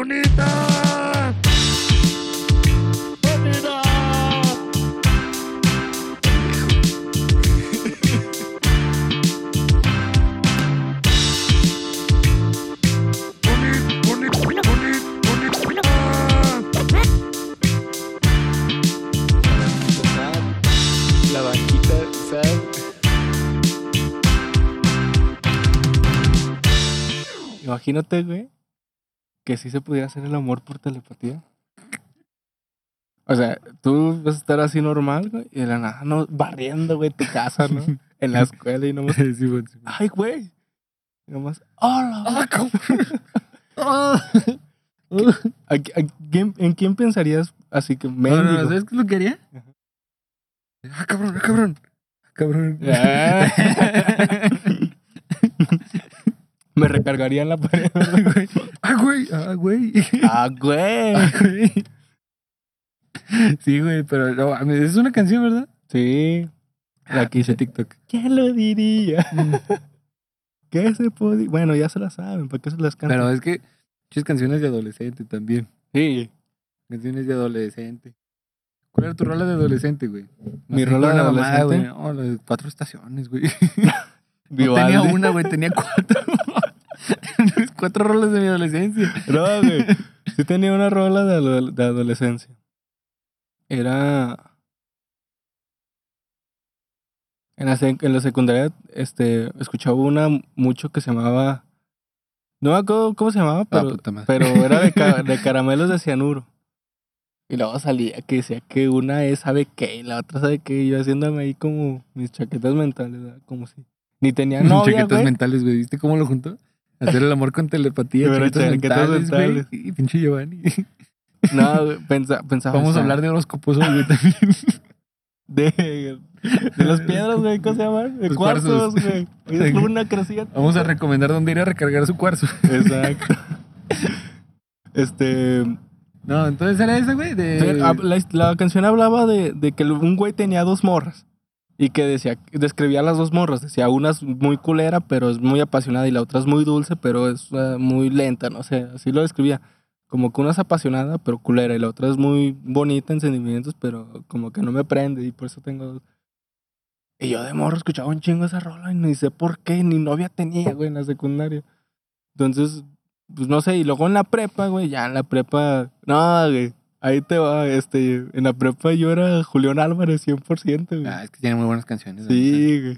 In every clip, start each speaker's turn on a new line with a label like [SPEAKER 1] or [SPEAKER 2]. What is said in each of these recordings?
[SPEAKER 1] Bonita. Bonita. Bonita, bonita, bonita, bonita.
[SPEAKER 2] La banquita, ¿sabes? Imagínate, güey, que si se pudiera hacer el amor por telepatía. O sea, tú vas a estar así normal, güey, y de la nada, no, barriendo, güey, tu casa, ¿no? En la escuela y nomás,
[SPEAKER 3] Sí, bueno, sí, bueno.
[SPEAKER 2] ay, güey. Y nomás,
[SPEAKER 3] Ah,
[SPEAKER 1] Ah,
[SPEAKER 2] hola. ¿A qui- a quién- ¿En quién pensarías así que
[SPEAKER 3] No, no, no,
[SPEAKER 2] mendigo?
[SPEAKER 3] ¿sabes qué es lo que haría? Ah, cabrón, ah, cabrón. Ah, Cabrón.
[SPEAKER 2] Ah. Me recargaría en la pared.
[SPEAKER 3] ah, güey, ah, güey.
[SPEAKER 2] ah, güey.
[SPEAKER 3] Ah, güey. Sí, güey, pero no, mames, es una canción, ¿verdad?
[SPEAKER 2] Sí. La que hice TikTok. ¿Quién lo diría?
[SPEAKER 3] Mm,
[SPEAKER 2] ¿Qué se podía? Bueno, ya se la saben, ¿para qué se las cantan?
[SPEAKER 3] Pero es que muchas canciones de adolescente también.
[SPEAKER 2] sí,
[SPEAKER 3] Canciones de adolescente. ¿Cuál era tu rola de adolescente, güey? No
[SPEAKER 2] Mi
[SPEAKER 3] sé,
[SPEAKER 2] rola
[SPEAKER 3] fue
[SPEAKER 2] de
[SPEAKER 3] una mamada,
[SPEAKER 2] adolescente.
[SPEAKER 3] güey. No, la de cuatro estaciones, güey. No
[SPEAKER 2] Vivaldi.
[SPEAKER 3] tenía una, güey, tenía cuatro. Mis cuatro rolas de mi adolescencia.
[SPEAKER 2] No, güey. Sí tenía una rola de, adol- de adolescencia. Era... En la, sec- en la secundaria este, escuchaba una mucho que se llamaba... No me acuerdo cómo se llamaba,
[SPEAKER 3] Ah,
[SPEAKER 2] pero,
[SPEAKER 3] puta madre.
[SPEAKER 2] pero era de, ca- de caramelos de cianuro. Y luego salía que decía que una es sabe qué y la otra sabe qué. Y yo haciéndome ahí como mis chaquetas mentales, ¿verdad? como si... Ni tenía novia,
[SPEAKER 3] chaquetas
[SPEAKER 2] güey.
[SPEAKER 3] mentales, güey. ¿Viste cómo lo juntó? Hacer el amor con telepatía,
[SPEAKER 2] Pero
[SPEAKER 3] chaquetas,
[SPEAKER 2] chaquetas
[SPEAKER 3] mentales,
[SPEAKER 2] mentales.
[SPEAKER 3] güey. Y pinche Giovanni.
[SPEAKER 2] No, güey, pensa- pensaba...
[SPEAKER 3] Vamos a
[SPEAKER 2] "Sabe
[SPEAKER 3] hablar de horóscopos hoy, güey, también.
[SPEAKER 2] De, de las piedras, güey, ¿cómo se llaman? De
[SPEAKER 3] Los
[SPEAKER 2] cuarzos,
[SPEAKER 3] cuarzos.
[SPEAKER 2] güey. Hoy es luna creciente.
[SPEAKER 3] Vamos a recomendar dónde ir a recargar su cuarzo.
[SPEAKER 2] Exacto. Este.
[SPEAKER 3] No, entonces era esa, güey, de...
[SPEAKER 2] hab- La, la canción hablaba de, de que un güey tenía dos morras. Y que decía, describía las dos morras. Decía, una es muy culera, pero es muy apasionada. Y la otra es muy dulce, pero es eh, muy lenta. No sé, así lo describía. Como que una es apasionada, pero culera. Y la otra es muy bonita en sentimientos, pero como que no me prende. Y por eso tengo dos. Y yo de morro escuchaba un chingo esa rola. Y ni sé por qué, ni novia tenía, güey, en la secundaria. Entonces, pues no sé. Y luego en la prepa, güey, ya en la prepa. No, güey. Ahí te va, este, en la prepa yo era Julián Álvarez 100%, güey.
[SPEAKER 3] Ah, es que tiene muy buenas canciones. la neta.
[SPEAKER 2] sí, güey.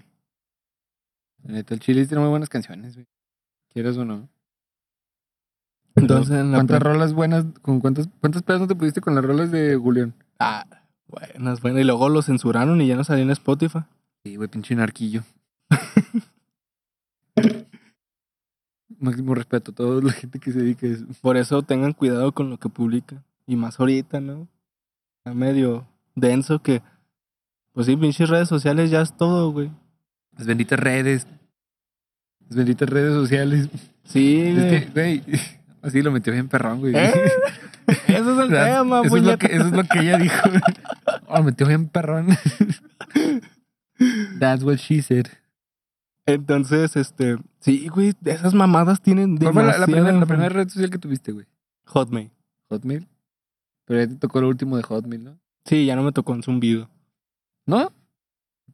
[SPEAKER 3] La neta, el Chile tiene muy buenas canciones, güey. ¿Quieres o no?
[SPEAKER 2] Entonces, en la
[SPEAKER 3] ¿Cuántas
[SPEAKER 2] prepa,
[SPEAKER 3] rolas buenas, con cuántas, cuántas pedas no te pudiste con las rolas de Julián?
[SPEAKER 2] ah, buenas, buenas. Y luego lo censuraron y ya no salió en Spotify.
[SPEAKER 3] Sí, güey, pinche narquillo. Máximo respeto a toda la gente que se dedica a eso.
[SPEAKER 2] Por eso tengan cuidado con lo que publica. Y más ahorita, ¿no? Está medio denso que, pues sí, pinches redes sociales ya es todo, güey.
[SPEAKER 3] Las benditas redes. Las benditas redes sociales.
[SPEAKER 2] Sí, güey.
[SPEAKER 3] Es que, güey, así lo metió bien perrón, güey.
[SPEAKER 2] ¿Eh? Eso es el
[SPEAKER 3] O sea,
[SPEAKER 2] tema,
[SPEAKER 3] eso, es lo que,
[SPEAKER 2] puñeta.
[SPEAKER 3] eso es lo que ella dijo. Oh, lo metió bien perrón. That's what she said.
[SPEAKER 2] Entonces, este, sí, güey, esas mamadas tienen
[SPEAKER 3] ¿Cuál fue la,
[SPEAKER 2] demasiada
[SPEAKER 3] primera, la
[SPEAKER 2] información.
[SPEAKER 3] primera red social que tuviste, güey?
[SPEAKER 2] Hotmail.
[SPEAKER 3] Hotmail. Pero ya te tocó lo último de Hotmail, ¿no?
[SPEAKER 2] Sí, ya no me tocó un zumbido.
[SPEAKER 3] ¿No?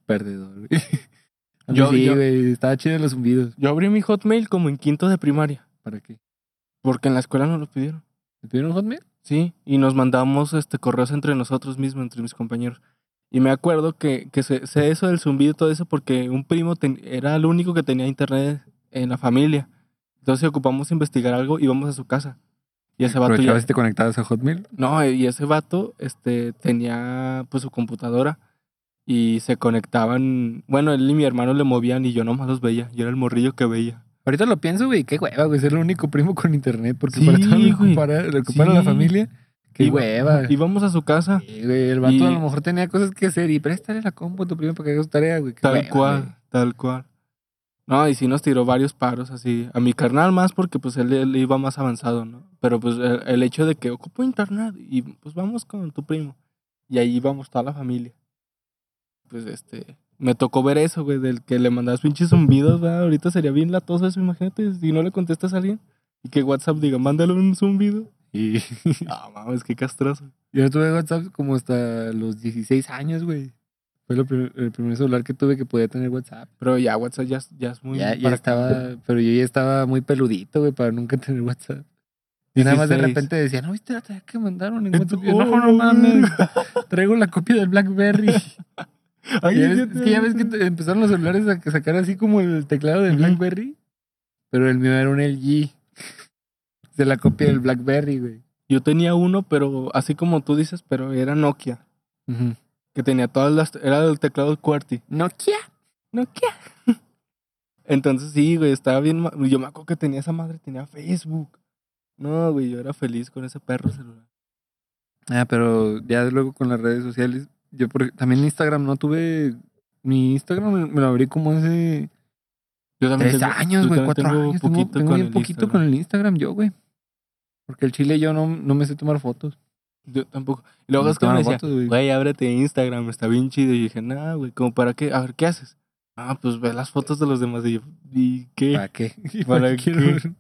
[SPEAKER 3] Perdedor, güey. A mí
[SPEAKER 2] Yo-
[SPEAKER 3] sí,
[SPEAKER 2] yo-
[SPEAKER 3] güey. Estaba chido los zumbidos.
[SPEAKER 2] Yo abrí mi Hotmail como en quinto de primaria,
[SPEAKER 3] ¿Para qué?
[SPEAKER 2] porque en la escuela no lo pidieron.
[SPEAKER 3] ¿Te pidieron Hotmail?
[SPEAKER 2] Sí, y nos mandamos este, correos entre nosotros mismos, entre mis compañeros. Y me acuerdo que, que sé, sé eso del zumbido y todo eso porque un primo ten- era el único que tenía internet en la familia. Entonces ocupamos investigar algo y vamos a su casa. Y ese vato ya...
[SPEAKER 3] Aprovechabas y te conectabas a Hotmail.
[SPEAKER 2] No, y ese vato este, tenía pues su computadora y se conectaban... Bueno, él y mi hermano le movían y yo nomás los veía. Yo era el morrillo que veía.
[SPEAKER 3] Ahorita lo pienso, güey, qué hueva, güey, ser el único primo con internet, porque
[SPEAKER 2] Sí,
[SPEAKER 3] para todo lo
[SPEAKER 2] güey.
[SPEAKER 3] ocupara, lo ocupara
[SPEAKER 2] Sí.
[SPEAKER 3] la familia, qué
[SPEAKER 2] Iba-
[SPEAKER 3] hueva.
[SPEAKER 2] Íbamos a su casa
[SPEAKER 3] Sí, güey, el vato
[SPEAKER 2] y-
[SPEAKER 3] a lo mejor tenía cosas que hacer y préstale la compu a tu primo para que haga su tarea, güey. qué
[SPEAKER 2] Tal
[SPEAKER 3] hueva,
[SPEAKER 2] cual,
[SPEAKER 3] güey.
[SPEAKER 2] tal cual. No, y sí nos tiró varios paros así. A mi carnal más porque pues él, él iba más avanzado, ¿no? Pero pues el, el hecho de que ocupo internet y pues vamos con tu primo. Y ahí vamos toda la familia. Pues este, me tocó ver eso, güey, del que le mandas pinches zumbidos, ¿verdad? Ahorita sería bien latoso eso, imagínate, si no le contestas a alguien. Y que WhatsApp diga, mándale un zumbido.
[SPEAKER 3] Y,
[SPEAKER 2] Ah, mames, qué castroso.
[SPEAKER 3] yo tuve WhatsApp como hasta los 16 años, güey. Fue lo prim- el primer celular que tuve que podía tener WhatsApp.
[SPEAKER 2] Pero ya WhatsApp ya, es- ya es muy...
[SPEAKER 3] Ya, ya
[SPEAKER 2] para-
[SPEAKER 3] estaba, pero yo ya estaba muy peludito, güey, para nunca tener WhatsApp. Y nada más de
[SPEAKER 2] 16.
[SPEAKER 3] repente decía, no, viste la tarea que mandaron en
[SPEAKER 2] Y
[SPEAKER 3] WhatsApp.
[SPEAKER 2] tú,
[SPEAKER 3] Y yo, no,
[SPEAKER 2] "Oh,
[SPEAKER 3] no
[SPEAKER 2] no
[SPEAKER 3] mames,
[SPEAKER 2] mames".
[SPEAKER 3] traigo la copia del BlackBerry.
[SPEAKER 2] Ay,
[SPEAKER 3] Ya ves-
[SPEAKER 2] te-
[SPEAKER 3] es que ya ves que te- empezaron los celulares a que sacar así como el teclado del
[SPEAKER 2] Ujú.
[SPEAKER 3] BlackBerry, pero el mío era un LG. De la copia del BlackBerry, güey.
[SPEAKER 2] Yo tenía uno, pero así como tú dices, pero era Nokia. Que tenía todas las... Era el teclado QWERTY.
[SPEAKER 3] Nokia.
[SPEAKER 2] Nokia. Entonces sí, güey, estaba bien... ma- Yo me acuerdo que tenía esa madre, tenía Facebook. No, güey, yo era feliz con ese perro celular.
[SPEAKER 3] Ah, pero ya luego con las redes sociales, yo por- también Instagram no tuve mi Instagram me- me lo abrí como hace
[SPEAKER 2] Yo
[SPEAKER 3] tres
[SPEAKER 2] tengo-
[SPEAKER 3] años,
[SPEAKER 2] yo
[SPEAKER 3] güey,
[SPEAKER 2] también
[SPEAKER 3] cuatro
[SPEAKER 2] tengo
[SPEAKER 3] años. Tengo,
[SPEAKER 2] poquito
[SPEAKER 3] tengo
[SPEAKER 2] con
[SPEAKER 3] bien
[SPEAKER 2] el
[SPEAKER 3] poquito
[SPEAKER 2] Instagram.
[SPEAKER 3] con el Instagram yo, güey. Porque el chile yo no, no me sé tomar fotos.
[SPEAKER 2] Yo tampoco. Y luego
[SPEAKER 3] No
[SPEAKER 2] es que me
[SPEAKER 3] tomaron
[SPEAKER 2] decía,
[SPEAKER 3] fotos, güey.
[SPEAKER 2] güey, ábrete Instagram, está bien chido. Y dije, nah, güey, ¿cómo para qué? A ver, ¿qué haces? Ah, pues ve las fotos de los demás. Y yo, ¿y qué?
[SPEAKER 3] ¿Para qué?
[SPEAKER 2] ¿Para
[SPEAKER 3] ¿Para qué quiero
[SPEAKER 2] qué?
[SPEAKER 3] ver?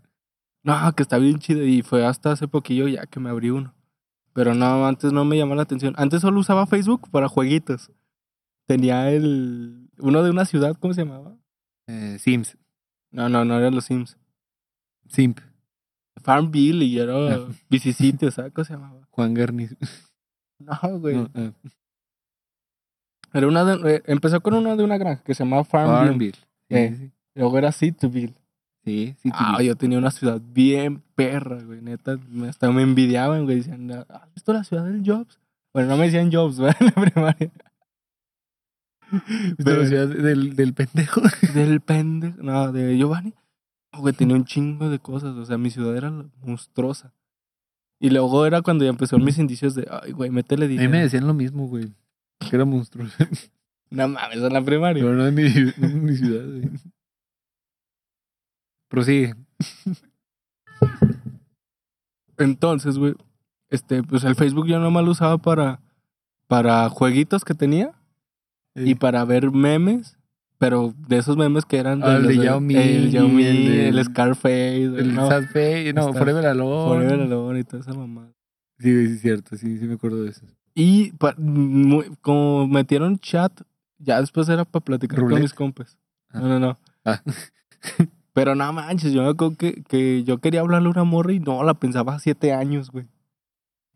[SPEAKER 2] No, que está bien chido. Y fue hasta hace poquillo ya que me abrí uno. Pero no, antes no me llamó la atención. Antes solo usaba Facebook para jueguitos. Tenía el... Uno de una ciudad, ¿cómo se llamaba?
[SPEAKER 3] Eh, Sims.
[SPEAKER 2] No, no, no eran los Sims.
[SPEAKER 3] Simp.
[SPEAKER 2] Farmville y era Bicicitio, ¿sabes cómo se llamaba?
[SPEAKER 3] Juan Garniz.
[SPEAKER 2] No, güey.
[SPEAKER 3] No, ah,
[SPEAKER 2] Era una de- eh, empezó con uno de una granja que se llamaba Farmville.
[SPEAKER 3] Farmville. Sí,
[SPEAKER 2] Eh.
[SPEAKER 3] sí, sí.
[SPEAKER 2] Luego era Cityville.
[SPEAKER 3] Sí, sí.
[SPEAKER 2] Ah,
[SPEAKER 3] tuve.
[SPEAKER 2] yo tenía una ciudad bien perra, güey. Neta, me- hasta me envidiaban, güey. Decían, "Ah, ¿has visto la ciudad del Jobs? Bueno, no me decían Jobs, güey, en la primaria.
[SPEAKER 3] ¿Viste
[SPEAKER 2] pero-
[SPEAKER 3] la ciudad del, del pendejo.
[SPEAKER 2] Del pendejo, no, de Giovanni. No, Güey, tenía un chingo de cosas. O sea, mi ciudad era la- monstruosa. Y luego era cuando ya empezaron mis indicios de, ay, güey, métele
[SPEAKER 3] A mí
[SPEAKER 2] dinero.
[SPEAKER 3] me decían lo mismo, güey. Que era monstruoso.
[SPEAKER 2] No mames, en la primaria.
[SPEAKER 3] Pero no en mi, no en mi ciudad, güey. Prosigue.
[SPEAKER 2] Entonces, güey, este, pues el Facebook yo nomás lo usaba para, para jueguitos que tenía. y para ver memes, pero de esos memes que eran
[SPEAKER 3] Ah, el
[SPEAKER 2] los
[SPEAKER 3] de Yao Ming,
[SPEAKER 2] el, Yao
[SPEAKER 3] el
[SPEAKER 2] Ming,
[SPEAKER 3] del-
[SPEAKER 2] el Scarface,
[SPEAKER 3] El
[SPEAKER 2] no,
[SPEAKER 3] Sad Face, no,
[SPEAKER 2] Sad-
[SPEAKER 3] Forever Alone.
[SPEAKER 2] Forever Alone y toda esa mamada.
[SPEAKER 3] Sí, güey, sí, es cierto, sí, sí me acuerdo de eso.
[SPEAKER 2] Y pa- muy- como metieron chat, ya después era para platicar
[SPEAKER 3] Roulette.
[SPEAKER 2] con mis compas.
[SPEAKER 3] Ah.
[SPEAKER 2] No, no, no.
[SPEAKER 3] Ah.
[SPEAKER 2] Pero no manches, yo me acuerdo que, que yo quería hablarle a una morra y no, la pensaba a siete años, güey.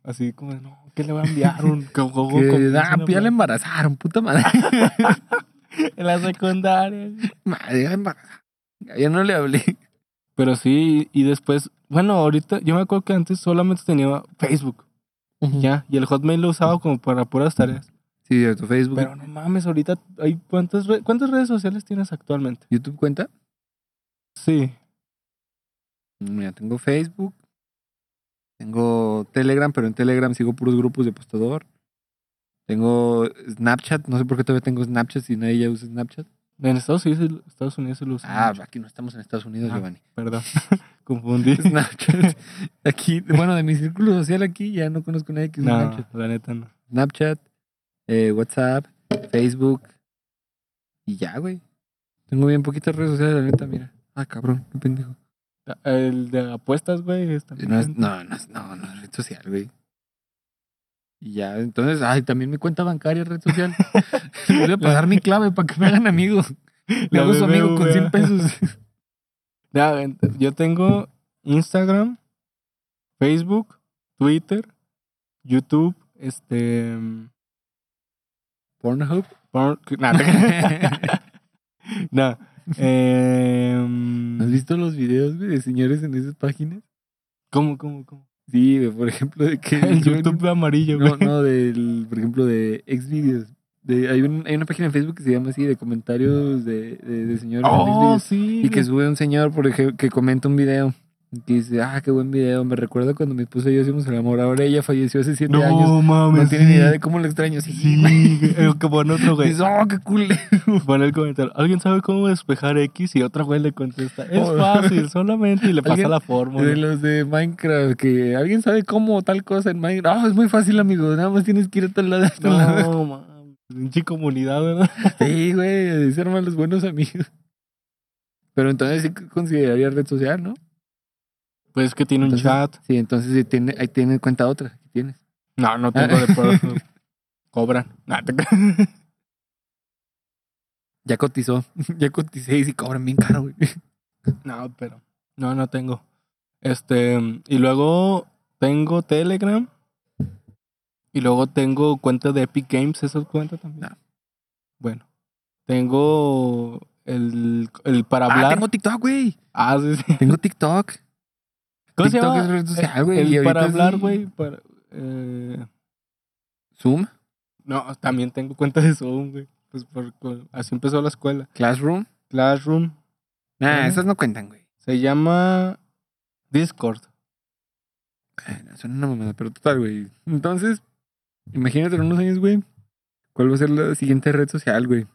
[SPEAKER 2] Así como, no, ¿qué le voy a enviar? Un, ¿Cómo- cómo
[SPEAKER 3] Que,
[SPEAKER 2] comienzo
[SPEAKER 3] ah,
[SPEAKER 2] una
[SPEAKER 3] pues ya la
[SPEAKER 2] pla-
[SPEAKER 3] embarazaron, puta madre.
[SPEAKER 2] En la secundaria.
[SPEAKER 3] madre, ya la embarazaron. Ya no le hablé.
[SPEAKER 2] Pero sí, y después, bueno, ahorita yo me acuerdo que antes solamente tenía Facebook, ya, y el Hotmail lo usaba como para puras tareas.
[SPEAKER 3] Sí, cierto, Facebook.
[SPEAKER 2] Pero no mames, ahorita hay cuántas re- cuántas redes sociales tienes actualmente?
[SPEAKER 3] ¿YouTube cuenta?
[SPEAKER 2] Sí.
[SPEAKER 3] Mira, tengo Facebook. Tengo Telegram, pero en Telegram sigo puros grupos de postador. Tengo Snapchat, no sé por qué todavía tengo Snapchat si nadie ya usa Snapchat.
[SPEAKER 2] En Estados Unidos, Estados Unidos se lo usan.
[SPEAKER 3] Ah,
[SPEAKER 2] mucho.
[SPEAKER 3] aquí no estamos en Estados Unidos,
[SPEAKER 2] Ah.
[SPEAKER 3] Giovanni.
[SPEAKER 2] perdón. Confundí.
[SPEAKER 3] Snapchat. Aquí, bueno, de mi círculo social aquí ya no conozco a nadie que use
[SPEAKER 2] no,
[SPEAKER 3] Snapchat.
[SPEAKER 2] la neta no.
[SPEAKER 3] Snapchat, eh, WhatsApp, Facebook. Y ya, güey. Tengo bien poquitas redes sociales, la neta, mira. Ah, cabrón, qué pendejo.
[SPEAKER 2] El de apuestas, güey, es
[SPEAKER 3] Eh,
[SPEAKER 2] también.
[SPEAKER 3] No, es, no, no, es- no, no es red social, güey. Y ya, entonces, ay, también mi cuenta bancaria es red social. Les voy a pasar mi clave para que me hagan amigo. Le
[SPEAKER 2] La
[SPEAKER 3] hago su amigo con
[SPEAKER 2] BBVA.
[SPEAKER 3] 100 pesos.
[SPEAKER 2] Ya, ent- yo tengo Instagram, Facebook, Twitter, YouTube, este mm,
[SPEAKER 3] Pornhub.
[SPEAKER 2] Porn- nah, no. em,
[SPEAKER 3] ¿Has visto los videos, güey, de señores en esas páginas?
[SPEAKER 2] ¿Cómo, cómo, cómo?
[SPEAKER 3] Sí, güey, por ejemplo, de que
[SPEAKER 2] El
[SPEAKER 3] yo en-
[SPEAKER 2] YouTube amarillo, güey.
[SPEAKER 3] No, no, del, por ejemplo, de Xvideos. De, hay, un, hay una página en Facebook que se llama así, de comentarios de, de, de señores en
[SPEAKER 2] oh,
[SPEAKER 3] Xvideos.
[SPEAKER 2] sí.
[SPEAKER 3] Y que
[SPEAKER 2] güey.
[SPEAKER 3] sube un señor, por ejemplo, que comenta un video. Y que dice, ah, qué buen video, me recuerda cuando mi esposa y yo hicimos el amor. Ahora ella falleció hace siete
[SPEAKER 2] no
[SPEAKER 3] años.
[SPEAKER 2] mames.
[SPEAKER 3] No tiene ni
[SPEAKER 2] sí.
[SPEAKER 3] idea de cómo lo extraño. Sí,
[SPEAKER 2] Sí,
[SPEAKER 3] güey.
[SPEAKER 2] güey. Eh, que pon otro, güey.
[SPEAKER 3] Dice, oh, qué cool.
[SPEAKER 2] Pon el comentario. ¿Alguien sabe cómo despejar X? Y otro güey le contesta. Es
[SPEAKER 3] Oh.
[SPEAKER 2] fácil, solamente. Y le pasa
[SPEAKER 3] ¿Alguien-
[SPEAKER 2] la fórmula.
[SPEAKER 3] De los de Minecraft, que alguien sabe cómo tal cosa en Minecraft. Ah, es muy fácil, amigo. Nada más tienes que ir a tal lado. a tal lado".
[SPEAKER 2] No, mames. Pinche comunidad, ¿verdad?
[SPEAKER 3] Sí, güey, se arman los buenos amigos. Pero entonces sí consideraría red social, ¿no?
[SPEAKER 2] Pues es que tiene un
[SPEAKER 3] Entonces-
[SPEAKER 2] chat.
[SPEAKER 3] Sí, entonces sí, tiene, ahí tiene en cuenta otra que tienes.
[SPEAKER 2] No, no tengo
[SPEAKER 3] Ah.
[SPEAKER 2] de pro- Cobran. Nah, te creas.
[SPEAKER 3] Ya cotizó. Ya coticé y sí cobran bien caro, güey.
[SPEAKER 2] No, pero. No, no tengo. Este. Y luego tengo Telegram. Y luego tengo cuenta de Epic Games. ¿Esa cuenta también?
[SPEAKER 3] No.
[SPEAKER 2] Bueno. Tengo el, el para
[SPEAKER 3] Ah,
[SPEAKER 2] hablar.
[SPEAKER 3] tengo TikTok, güey.
[SPEAKER 2] Ah, sí, sí.
[SPEAKER 3] Tengo TikTok.
[SPEAKER 2] ¿Cómo se
[SPEAKER 3] TikTok es
[SPEAKER 2] llama?
[SPEAKER 3] red social, güey. y
[SPEAKER 2] el
[SPEAKER 3] ahorita
[SPEAKER 2] para
[SPEAKER 3] es
[SPEAKER 2] hablar, güey. para- eh,
[SPEAKER 3] Zoom,
[SPEAKER 2] no, también tengo cuenta de Zoom, güey. Pues por- por- así empezó la escuela.
[SPEAKER 3] Classroom.
[SPEAKER 2] Classroom.
[SPEAKER 3] Nah,
[SPEAKER 2] Ajá.
[SPEAKER 3] esas no cuentan, güey.
[SPEAKER 2] Se llama Discord.
[SPEAKER 3] Ay, no, Suena una mamada, pero total, güey. Entonces, imagínate en unos años, güey. ¿Cuál va a ser la siguiente red social, güey?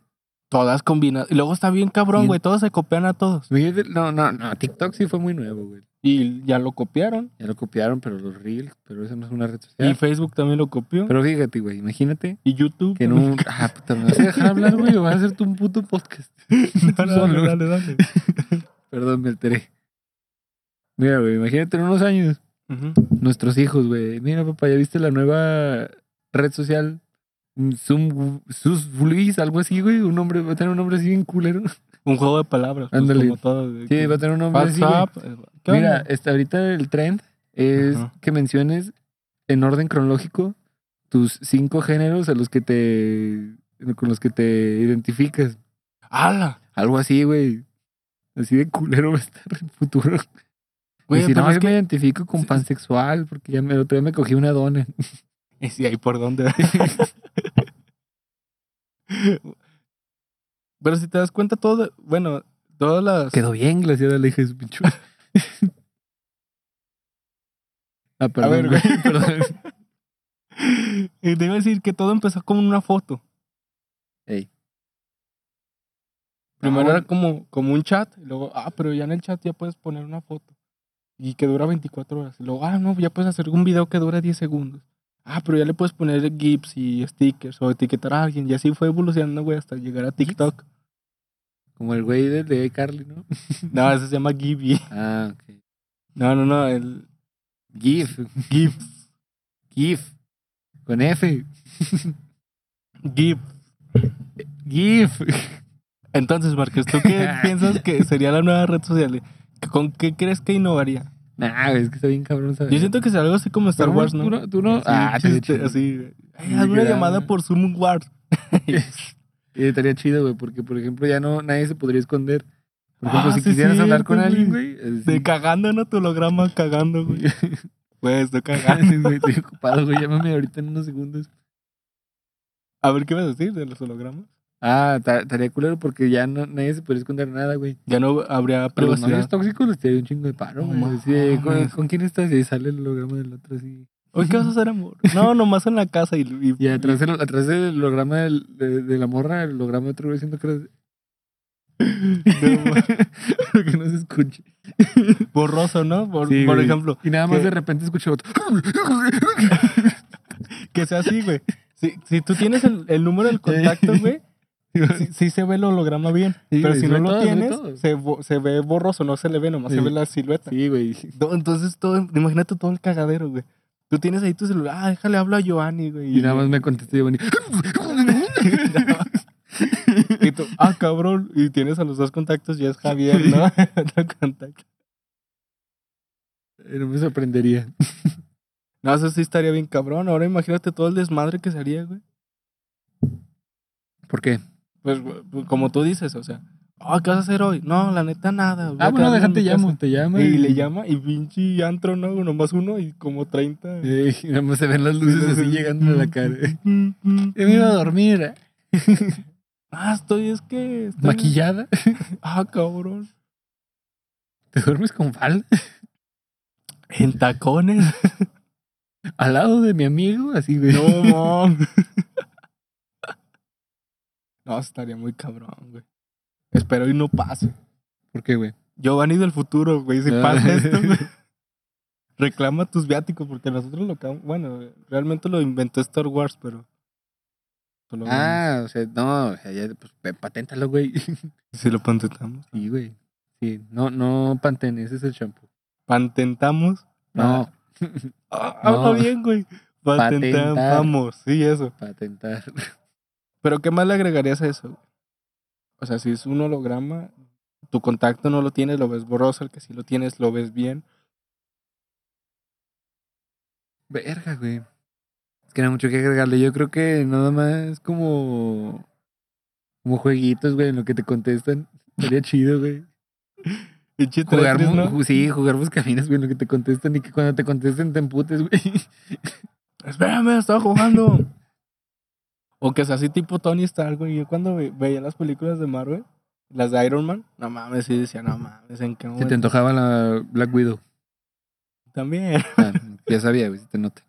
[SPEAKER 2] Todas combinadas. Y luego está bien cabrón,
[SPEAKER 3] Bien.
[SPEAKER 2] güey. Todos se copian a todos.
[SPEAKER 3] Imagínate- No, no, no. TikTok sí fue muy nuevo, güey.
[SPEAKER 2] Y ya lo copiaron.
[SPEAKER 3] Ya lo copiaron, pero los Reels, pero eso no es una red
[SPEAKER 2] Y
[SPEAKER 3] social.
[SPEAKER 2] Facebook también lo copió.
[SPEAKER 3] Pero fíjate, güey, imagínate
[SPEAKER 2] y YouTube.
[SPEAKER 3] que en un... Ah, puta, me vas a dejar hablar, güey, o vas a hacerte un puto podcast.
[SPEAKER 2] dale, dale,
[SPEAKER 3] solo.
[SPEAKER 2] dale, dale.
[SPEAKER 3] Perdón, me alteré. Mira, güey, imagínate en unos años,
[SPEAKER 2] Ujú.
[SPEAKER 3] nuestros hijos, güey. Mira, papá, ¿ya viste la nueva red social? Mm, Zoom, Sus Luis, algo así, güey. Un nombre, va a tener un nombre así bien culero.
[SPEAKER 2] Un juego de palabras. pues,
[SPEAKER 3] Ándale.
[SPEAKER 2] como todo, de
[SPEAKER 3] Sí,
[SPEAKER 2] que-
[SPEAKER 3] va a tener un nombre así, güey.
[SPEAKER 2] WhatsApp. eh, ¿qué
[SPEAKER 3] Mira,
[SPEAKER 2] onda?
[SPEAKER 3] este, ahorita el trend es
[SPEAKER 2] Ajá.
[SPEAKER 3] que menciones en orden cronológico tus cinco géneros a los que te con los que te identificas.
[SPEAKER 2] ¡Hala!
[SPEAKER 3] Algo así, güey. Así de culero va a estar el futuro.
[SPEAKER 2] Güey,
[SPEAKER 3] y si
[SPEAKER 2] pero
[SPEAKER 3] no,
[SPEAKER 2] es
[SPEAKER 3] yo me
[SPEAKER 2] que-
[SPEAKER 3] identifico con
[SPEAKER 2] Sí.
[SPEAKER 3] pansexual porque ya me, el otro día me cogí una dona.
[SPEAKER 2] Y si ahí por dónde. Pero si te das cuenta, todo. Bueno, todas las.
[SPEAKER 3] Quedó bien glaciada la hija de su pinche. ah, perdón.
[SPEAKER 2] ver,
[SPEAKER 3] güey,
[SPEAKER 2] güey. Ah,
[SPEAKER 3] perdón.
[SPEAKER 2] Y te iba a decir que todo empezó como una foto.
[SPEAKER 3] Ey.
[SPEAKER 2] Primero
[SPEAKER 3] Ah,
[SPEAKER 2] era como, como un chat, y luego, ah, pero ya en el chat ya puedes poner una foto. Y que dura 24 horas. Y luego, ah, no, ya puedes hacer un video que dura 10 segundos. Ah, pero ya le puedes poner GIFs y stickers o etiquetar a alguien. Y así fue evolucionando, güey, hasta llegar a TikTok.
[SPEAKER 3] Como el güey del de Carly, ¿no?
[SPEAKER 2] No, eso se llama Gibby.
[SPEAKER 3] Ah, ok.
[SPEAKER 2] No, no, no, el
[SPEAKER 3] GIF.
[SPEAKER 2] GIFs.
[SPEAKER 3] GIF. Con F.
[SPEAKER 2] GIF.
[SPEAKER 3] GIF.
[SPEAKER 2] Entonces, Marques, ¿tú qué piensas que sería la nueva red social? ¿Con qué crees que innovaría?
[SPEAKER 3] Nah, güey, es que está bien cabrón saber.
[SPEAKER 2] Yo siento que es algo así como Star
[SPEAKER 3] Pero,
[SPEAKER 2] Wars, ¿no?
[SPEAKER 3] Tú no. tú no-
[SPEAKER 2] Así,
[SPEAKER 3] ah,
[SPEAKER 2] un chiste,
[SPEAKER 3] estaría chido.
[SPEAKER 2] así. Ay,
[SPEAKER 3] Sí,
[SPEAKER 2] haz una
[SPEAKER 3] literal,
[SPEAKER 2] llamada
[SPEAKER 3] ¿no?
[SPEAKER 2] por Zoom Wars.
[SPEAKER 3] Y estaría chido, güey, porque por ejemplo ya no nadie se podría esconder. Por ejemplo,
[SPEAKER 2] Ah,
[SPEAKER 3] si
[SPEAKER 2] sí,
[SPEAKER 3] quisieras hablar con
[SPEAKER 2] cierto,
[SPEAKER 3] alguien, eh,
[SPEAKER 2] güey.
[SPEAKER 3] güey. así-
[SPEAKER 2] De cagando, ¿no? Tu holograma cagando, güey. Pues, estoy cagando.
[SPEAKER 3] Gracias, Ah, güey, Estoy ocupado, güey. Llámame ahorita en unos segundos.
[SPEAKER 2] A ver, ¿qué vas a decir de los hologramas?
[SPEAKER 3] Ah, ta- estaría culero porque ya no, nadie se podría esconder nada, güey.
[SPEAKER 2] Ya no habría
[SPEAKER 3] Pero los novios
[SPEAKER 2] privacidad.
[SPEAKER 3] tóxicos les tiraría pues, un chingo de paro, güey.
[SPEAKER 2] ¿eh? No
[SPEAKER 3] Así de, "Eh, ¿con,
[SPEAKER 2] mames.
[SPEAKER 3] con quién estás? Y ahí sale el holograma del otro así.
[SPEAKER 2] Oye, ¿qué vas a hacer, amor? No, nomás en la casa y... y-
[SPEAKER 3] Y atrás, el- atrás del holograma del- de, de la morra, el holograma de otro güey diciendo que eres-
[SPEAKER 2] No, güey.
[SPEAKER 3] Pero que no se escuche.
[SPEAKER 2] borroso, ¿no? Por,
[SPEAKER 3] Sí,
[SPEAKER 2] por
[SPEAKER 3] güey.
[SPEAKER 2] ejemplo,
[SPEAKER 3] Y nada más
[SPEAKER 2] que-
[SPEAKER 3] de repente escucho otro.
[SPEAKER 2] que sea así, güey. Si, si tú tienes el, el número del contacto, güey, sí, sí se ve el holograma bien.
[SPEAKER 3] Sí,
[SPEAKER 2] pero
[SPEAKER 3] güey,
[SPEAKER 2] si
[SPEAKER 3] se
[SPEAKER 2] no
[SPEAKER 3] ve
[SPEAKER 2] lo
[SPEAKER 3] todo, se ve todo.
[SPEAKER 2] tienes, se, bo- se ve borroso, no se le ve, nomás se
[SPEAKER 3] Sí.
[SPEAKER 2] ve la silueta.
[SPEAKER 3] Sí, güey.
[SPEAKER 2] No, Entonces, todo, imagínate todo el cagadero, güey. Tú tienes ahí tu celular, ah, déjale hablo a Giovanni, güey.
[SPEAKER 3] Y nada más me contesté Giovanni.
[SPEAKER 2] Y tú, ah, cabrón, y tienes a los dos contactos, ya es Javier, ¿no? Otro contacto.
[SPEAKER 3] No me sorprendería.
[SPEAKER 2] No, eso sí estaría bien cabrón. Ahora imagínate todo el desmadre que sería, güey.
[SPEAKER 3] ¿Por qué? Ah,
[SPEAKER 2] Pues, güey, pues, como tú dices, o sea, ah, ¿qué vas a hacer hoy? No, la neta, nada. voy
[SPEAKER 3] Ah,
[SPEAKER 2] a
[SPEAKER 3] bueno,
[SPEAKER 2] quedarme en
[SPEAKER 3] déjate
[SPEAKER 2] mi
[SPEAKER 3] llamo. Te llama.
[SPEAKER 2] casa. Y le llama, y pinche antro, ¿no? Nomás uno y como 30.
[SPEAKER 3] Ey, nada más se ven las luces así llegando a la cara.
[SPEAKER 2] Mm, mm,
[SPEAKER 3] Yo me iba a dormir ¿eh?
[SPEAKER 2] Ah, estoy, es que.
[SPEAKER 3] Mm.
[SPEAKER 2] estoy-
[SPEAKER 3] maquillada.
[SPEAKER 2] Ah, cabrón.
[SPEAKER 3] ¿Te duermes con falda?
[SPEAKER 2] En tacones.
[SPEAKER 3] Al lado de mi amigo, así, güey.
[SPEAKER 2] No, mom. No, estaría muy cabrón, güey. Espero y no pase.
[SPEAKER 3] ¿Por qué, güey?
[SPEAKER 2] Giovanni del futuro, güey, si
[SPEAKER 3] Ah.
[SPEAKER 2] pasa esto, güey. Reclama tus viáticos, porque nosotros lo... acabamos- Bueno, realmente lo inventó Star Wars, pero... solo-
[SPEAKER 3] Ah, o sea, no, o sea, ya, pues, pe- paténtalo, güey.
[SPEAKER 2] Si lo patentamos.
[SPEAKER 3] Sí, güey. Sí, no, no pantenes, ese es el champú.
[SPEAKER 2] Pantentamos.
[SPEAKER 3] No,
[SPEAKER 2] Ah,
[SPEAKER 3] No.
[SPEAKER 2] habla bien, güey.
[SPEAKER 3] Patentar.
[SPEAKER 2] Patentamos, sí, eso.
[SPEAKER 3] patentar.
[SPEAKER 2] Pero ¿qué más le agregarías a eso? güey? O sea, si es un holograma, tu contacto no lo tienes, lo ves borroso, el que sí lo tienes, lo ves bien.
[SPEAKER 3] Verga, güey. Es que no hay mucho que agregarle. Yo creo que nada más como. Como jueguitos, güey, en lo que te contestan. Sería chido, güey.
[SPEAKER 2] Pinche
[SPEAKER 3] Jugar,
[SPEAKER 2] Tetris,
[SPEAKER 3] mu-
[SPEAKER 2] ¿no?
[SPEAKER 3] ju- Sí, jugar buscaminas, güey, en lo que te contestan y que cuando te contesten te emputes, güey.
[SPEAKER 2] Espérame, estaba jugando. o que sea así tipo Tony Stark, güey. Yo cuando ve- veía las películas de Marvel, las de Iron Man, no mames, sí decía, no mames, ¿en qué
[SPEAKER 3] Se te
[SPEAKER 2] momento?
[SPEAKER 3] antojaba la Black Widow.
[SPEAKER 2] También.
[SPEAKER 3] Ah, ya sabía, güey, se te nota.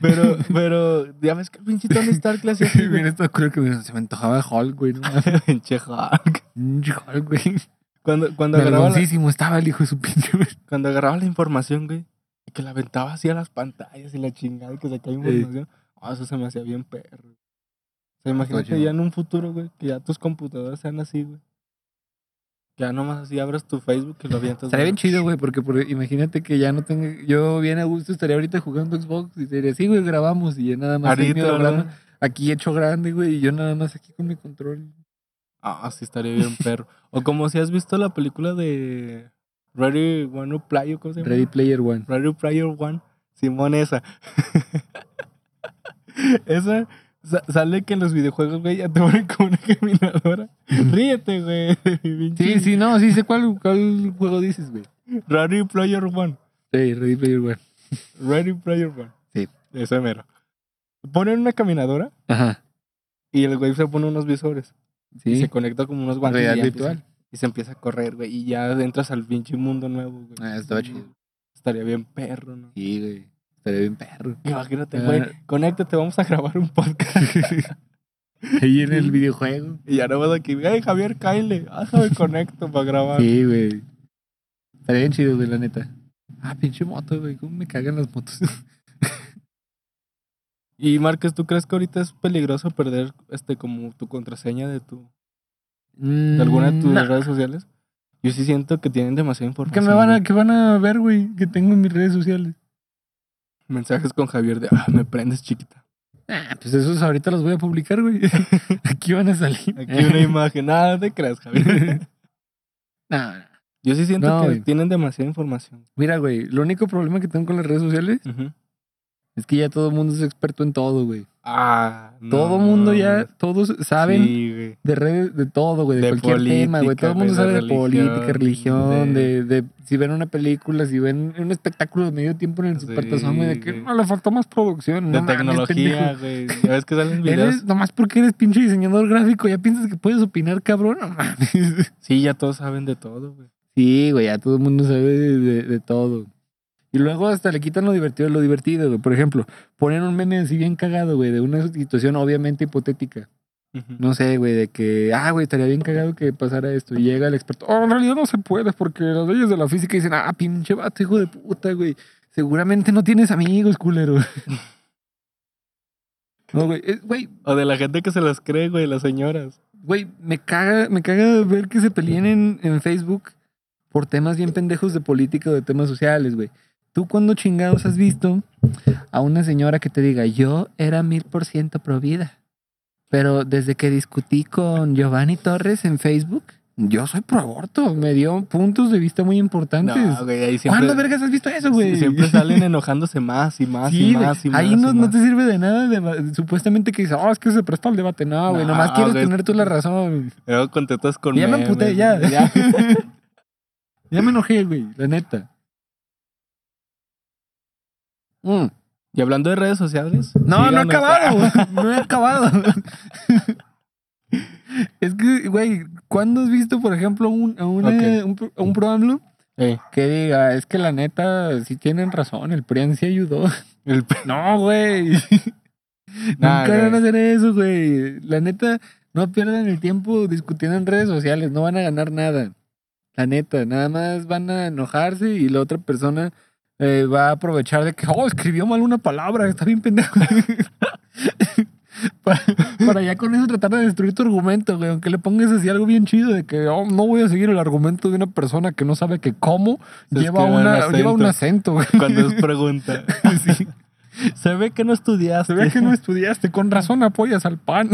[SPEAKER 2] Pero, pero, ya ves que el pinche Tony Stark le hacía así,
[SPEAKER 3] Bien,
[SPEAKER 2] güey.
[SPEAKER 3] esto creo que me- se me antojaba Hulk, güey. No mames.
[SPEAKER 2] Pinche Hulk.
[SPEAKER 3] Pinche Hulk, güey.
[SPEAKER 2] Cuando, cuando agarraba la-
[SPEAKER 3] Vergonzísimo estaba el hijo de su pinche, güey.
[SPEAKER 2] cuando agarraba la información, güey, y que la aventaba así a las pantallas y la chingada y que sacaba información, ah, eso se me hacía bien perro. O sea, imagínate
[SPEAKER 3] Oye.
[SPEAKER 2] ya en un futuro, güey, que ya tus computadoras sean así, güey. Que ya nomás así abras tu Facebook y lo avientas.
[SPEAKER 3] Estaría bien
[SPEAKER 2] güey.
[SPEAKER 3] chido, güey, porque por- imagínate que ya no tenga. Yo bien a gusto estaría ahorita jugando Xbox y sería así, güey, grabamos y ya nada más. ahí mi
[SPEAKER 2] Ahorita,
[SPEAKER 3] holograma,
[SPEAKER 2] ¿verdad?
[SPEAKER 3] Aquí hecho grande, güey, y yo nada más aquí con mi control.
[SPEAKER 2] Ah, sí, estaría bien perro. O como si has visto la película de Ready One Player, ¿cómo se llama?
[SPEAKER 3] Ready Player One.
[SPEAKER 2] Radio Player One, Simón esa. esa sa- sale que en los videojuegos, güey, ya te ponen como una caminadora. Ríete, güey. de mi pinche
[SPEAKER 3] Sí, sí, no, sí sé cuál, cuál juego dices, güey.
[SPEAKER 2] Radio Player One.
[SPEAKER 3] Sí, Ready Player One.
[SPEAKER 2] Radio Player One.
[SPEAKER 3] Sí.
[SPEAKER 2] Esa mero. Ponen una caminadora
[SPEAKER 3] Ajá.
[SPEAKER 2] y el güey se pone unos visores. Y
[SPEAKER 3] Sí.
[SPEAKER 2] se conecta como unos guantes. y
[SPEAKER 3] Realidad
[SPEAKER 2] ya empieza-
[SPEAKER 3] virtual.
[SPEAKER 2] y se empieza a correr, güey. Y ya entras al pinche mundo nuevo, güey.
[SPEAKER 3] Ah, estaba chido.
[SPEAKER 2] Estaría bien perro, ¿no?
[SPEAKER 3] Sí, güey. Estaría bien perro.
[SPEAKER 2] Imagínate,
[SPEAKER 3] Ah.
[SPEAKER 2] güey. Conéctate, vamos a grabar un podcast.
[SPEAKER 3] Ahí en el videojuego.
[SPEAKER 2] Y ya no vas aquí, hey Javier, cáele, hazme conecto para grabar.
[SPEAKER 3] Sí, güey. Estaría bien chido, güey, la neta. Ah, pinche moto, güey. ¿Cómo me cagan las motos?
[SPEAKER 2] Y Márquez, ¿tú crees que ahorita es peligroso perder este como tu contraseña de tu
[SPEAKER 3] Mm,
[SPEAKER 2] de alguna de tus
[SPEAKER 3] No.
[SPEAKER 2] redes sociales? Yo sí siento que tienen demasiada
[SPEAKER 3] ¿Qué
[SPEAKER 2] información.
[SPEAKER 3] me van a,
[SPEAKER 2] güey.
[SPEAKER 3] que van a ver, güey? Que tengo en mis redes sociales.
[SPEAKER 2] mensajes con Javier de, ah, me prendes chiquita.
[SPEAKER 3] Ah, pues esos ahorita los voy a publicar, güey. Aquí van a salir.
[SPEAKER 2] Aquí una imagen, nada te creas, Javier.
[SPEAKER 3] No, no.
[SPEAKER 2] Yo sí siento
[SPEAKER 3] No,
[SPEAKER 2] que
[SPEAKER 3] güey.
[SPEAKER 2] tienen demasiada información.
[SPEAKER 3] Mira, güey, lo único problema que tengo con las redes sociales
[SPEAKER 2] Ujú.
[SPEAKER 3] es que ya todo el mundo es experto en todo, güey.
[SPEAKER 2] Ah, no,
[SPEAKER 3] todo el mundo ya,
[SPEAKER 2] mames.
[SPEAKER 3] todos saben
[SPEAKER 2] Sí, güey.
[SPEAKER 3] de redes, de todo, güey, de,
[SPEAKER 2] De
[SPEAKER 3] cualquier tema, güey.
[SPEAKER 2] política,
[SPEAKER 3] Todo el mundo
[SPEAKER 2] güey,
[SPEAKER 3] sabe
[SPEAKER 2] de
[SPEAKER 3] de política,
[SPEAKER 2] religión,
[SPEAKER 3] religión,
[SPEAKER 2] de-
[SPEAKER 3] de... de si ven una película, si ven un espectáculo de medio tiempo en el
[SPEAKER 2] Sí,
[SPEAKER 3] supertazón, güey, de que
[SPEAKER 2] güey.
[SPEAKER 3] no le faltó más producción,
[SPEAKER 2] De
[SPEAKER 3] no mames,
[SPEAKER 2] tecnología,
[SPEAKER 3] pendejo.
[SPEAKER 2] güey. Ya ves que salen videos.
[SPEAKER 3] Eres, nomás porque eres pinche diseñador gráfico, ya piensas que puedes opinar, cabrón, no mames.
[SPEAKER 2] Sí, ya todos saben de todo, güey.
[SPEAKER 3] Sí, güey, ya todo el mundo sabe de, de- de todo. Y luego hasta le quitan lo divertido de lo divertido, güey. Por ejemplo, poner un meme así bien cagado, güey, de una situación obviamente hipotética.
[SPEAKER 2] Ujú.
[SPEAKER 3] No sé, güey, de que, ah, güey, estaría bien cagado que pasara esto. Y llega el experto, oh, en realidad no se puede porque las leyes de la física dicen, ah, pinche vato, hijo de puta, güey. Seguramente no tienes amigos, culero. no, güey, eh, güey,
[SPEAKER 2] O de la gente que se las cree, güey, las señoras.
[SPEAKER 3] Güey, me caga, me caga ver que se peleen en, en Facebook por temas bien pendejos de política o de temas sociales, güey. ¿Tú cuándo chingados has visto a una señora que te diga, yo era mil por ciento pro vida, pero desde que discutí con Giovanni Torres en Facebook, yo soy pro aborto? Me dio puntos de vista muy importantes.
[SPEAKER 2] No, güey, ahí siempre.
[SPEAKER 3] ¿Cuándo vergas has visto Ah, eso, güey?
[SPEAKER 2] Siempre salen enojándose más y más
[SPEAKER 3] Sí,
[SPEAKER 2] y
[SPEAKER 3] güey.
[SPEAKER 2] más y más.
[SPEAKER 3] ahí
[SPEAKER 2] y
[SPEAKER 3] no, no
[SPEAKER 2] más.
[SPEAKER 3] te sirve de nada, de- supuestamente que dice, oh, es que se presta al debate. No, güey,
[SPEAKER 2] No,
[SPEAKER 3] nomás quieres
[SPEAKER 2] güey.
[SPEAKER 3] tener tú la razón.
[SPEAKER 2] Luego contestas con.
[SPEAKER 3] Ya me
[SPEAKER 2] memes,
[SPEAKER 3] emputé, ya.
[SPEAKER 2] güey,
[SPEAKER 3] Ya. me enojé, güey, la neta. Mm.
[SPEAKER 2] Y hablando de redes sociales.
[SPEAKER 3] No, no he
[SPEAKER 2] síganos.
[SPEAKER 3] acabado. No he acabado. es que, güey, ¿cuándo has visto, por ejemplo, un, a una-
[SPEAKER 2] Ok.
[SPEAKER 3] un, pro- a un pro AMLO
[SPEAKER 2] Eh,
[SPEAKER 3] que diga, es que la neta, sí tienen razón, el PRIAN sí ayudó?
[SPEAKER 2] el pe-
[SPEAKER 3] No, güey.
[SPEAKER 2] Nah,
[SPEAKER 3] Nunca van a
[SPEAKER 2] güey.
[SPEAKER 3] hacer eso, güey. La neta, no pierdan el tiempo discutiendo en redes sociales. No van a ganar nada. La neta, nada más van a enojarse y la otra persona eh, va a aprovechar de que, oh, escribió mal una palabra, está bien pendejo. Para, para ya con eso tratar de destruir tu argumento, güey. Aunque le pongas así algo bien chido de que oh, no voy a seguir el argumento de una persona que no sabe que cómo
[SPEAKER 2] Se
[SPEAKER 3] lleva,
[SPEAKER 2] escribe un
[SPEAKER 3] una, lleva un acento, güey.
[SPEAKER 2] Cuando es pregunta.
[SPEAKER 3] Sí.
[SPEAKER 2] Se ve que no estudiaste.
[SPEAKER 3] Se ve que no estudiaste. Con razón apoyas al pan.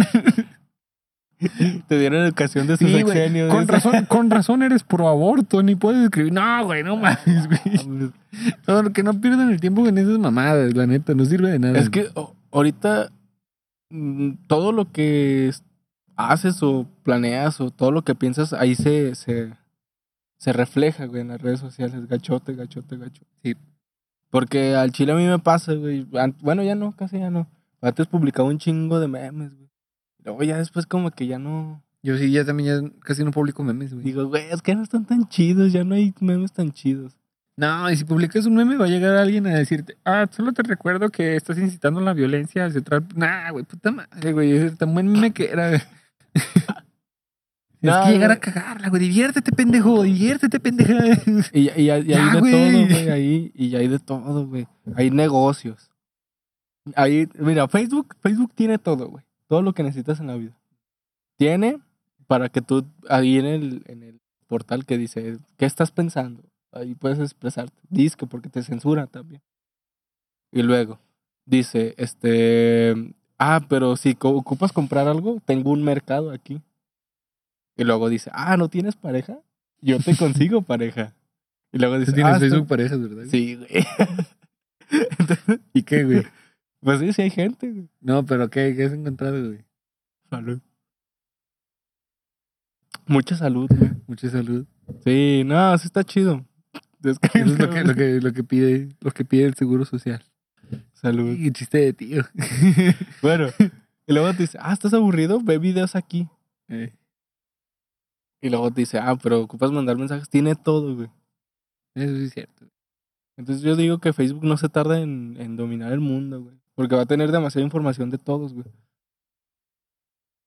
[SPEAKER 2] Te dieron educación de sus
[SPEAKER 3] Sí, güey.
[SPEAKER 2] exenios.
[SPEAKER 3] Con razón, con razón eres pro aborto, ni puedes escribir. No, güey, no mames, güey. No, que no pierdan el tiempo en esas mamadas, la neta, no sirve de nada.
[SPEAKER 2] Es que o- ahorita mm, todo lo que es- haces o planeas o todo lo que piensas, ahí se, se, se refleja, güey, en las redes sociales. Gachote, gachote, gachote.
[SPEAKER 3] Sí.
[SPEAKER 2] Porque al chile a mí me pasa, güey. an- Bueno, ya no, casi ya no. Antes publicaba un chingo de memes, güey. Luego ya después como que ya no...
[SPEAKER 3] Yo sí, ya también ya casi no publico memes, güey.
[SPEAKER 2] Digo, güey, es que no están tan chidos, ya no hay memes tan chidos.
[SPEAKER 3] No, y si publicas un meme va a llegar alguien a decirte, ah, solo te recuerdo que estás incitando la violencia hacia otra... Nah, güey, puta madre, güey, ese tan buen meme que era. güey.
[SPEAKER 2] No,
[SPEAKER 3] es que llegar a
[SPEAKER 2] güey.
[SPEAKER 3] cagarla, güey, diviértete, pendejo, diviértete, pendeja.
[SPEAKER 2] Y, y- y hay
[SPEAKER 3] Ya,
[SPEAKER 2] de
[SPEAKER 3] güey.
[SPEAKER 2] todo, güey, ahí, y hay de todo, güey. Hay negocios. Ahí, mira, Facebook, Facebook tiene todo, güey. Todo lo que necesitas en la vida. Tiene para que tú, ahí en el, en el portal que dice, ¿qué estás pensando? Ahí puedes expresarte. Disque, porque te censura también. Y luego, dice, este, ah, pero si co- ocupas comprar algo, tengo un mercado aquí. Y luego dice, ah, ¿no tienes pareja? Yo te consigo pareja. Y luego dice,
[SPEAKER 3] Tú tienes
[SPEAKER 2] "Ah, estoy-
[SPEAKER 3] Facebook parejas, ¿verdad? güey?
[SPEAKER 2] Sí, güey.
[SPEAKER 3] ¿Y qué, güey?
[SPEAKER 2] Pues sí, sí hay gente, güey.
[SPEAKER 3] No, pero ¿qué, qué has encontrado, güey?
[SPEAKER 2] Salud. Mucha salud, güey.
[SPEAKER 3] Mucha salud.
[SPEAKER 2] Sí, no, sí está chido.
[SPEAKER 3] Eso es
[SPEAKER 2] Descarga,
[SPEAKER 3] lo que, lo que, lo que pide, lo que pide el seguro social.
[SPEAKER 2] Salud.
[SPEAKER 3] Y chiste de tío.
[SPEAKER 2] Bueno, y luego te dice, ah, ¿estás aburrido? Ve videos aquí.
[SPEAKER 3] Eh,
[SPEAKER 2] Y luego te dice, ah, pero ocupas mandar mensajes. Tiene todo, güey.
[SPEAKER 3] Eso sí es cierto.
[SPEAKER 2] Entonces yo digo que Facebook no se tarda en, en dominar el mundo, güey. Porque va a tener demasiada información de todos, güey.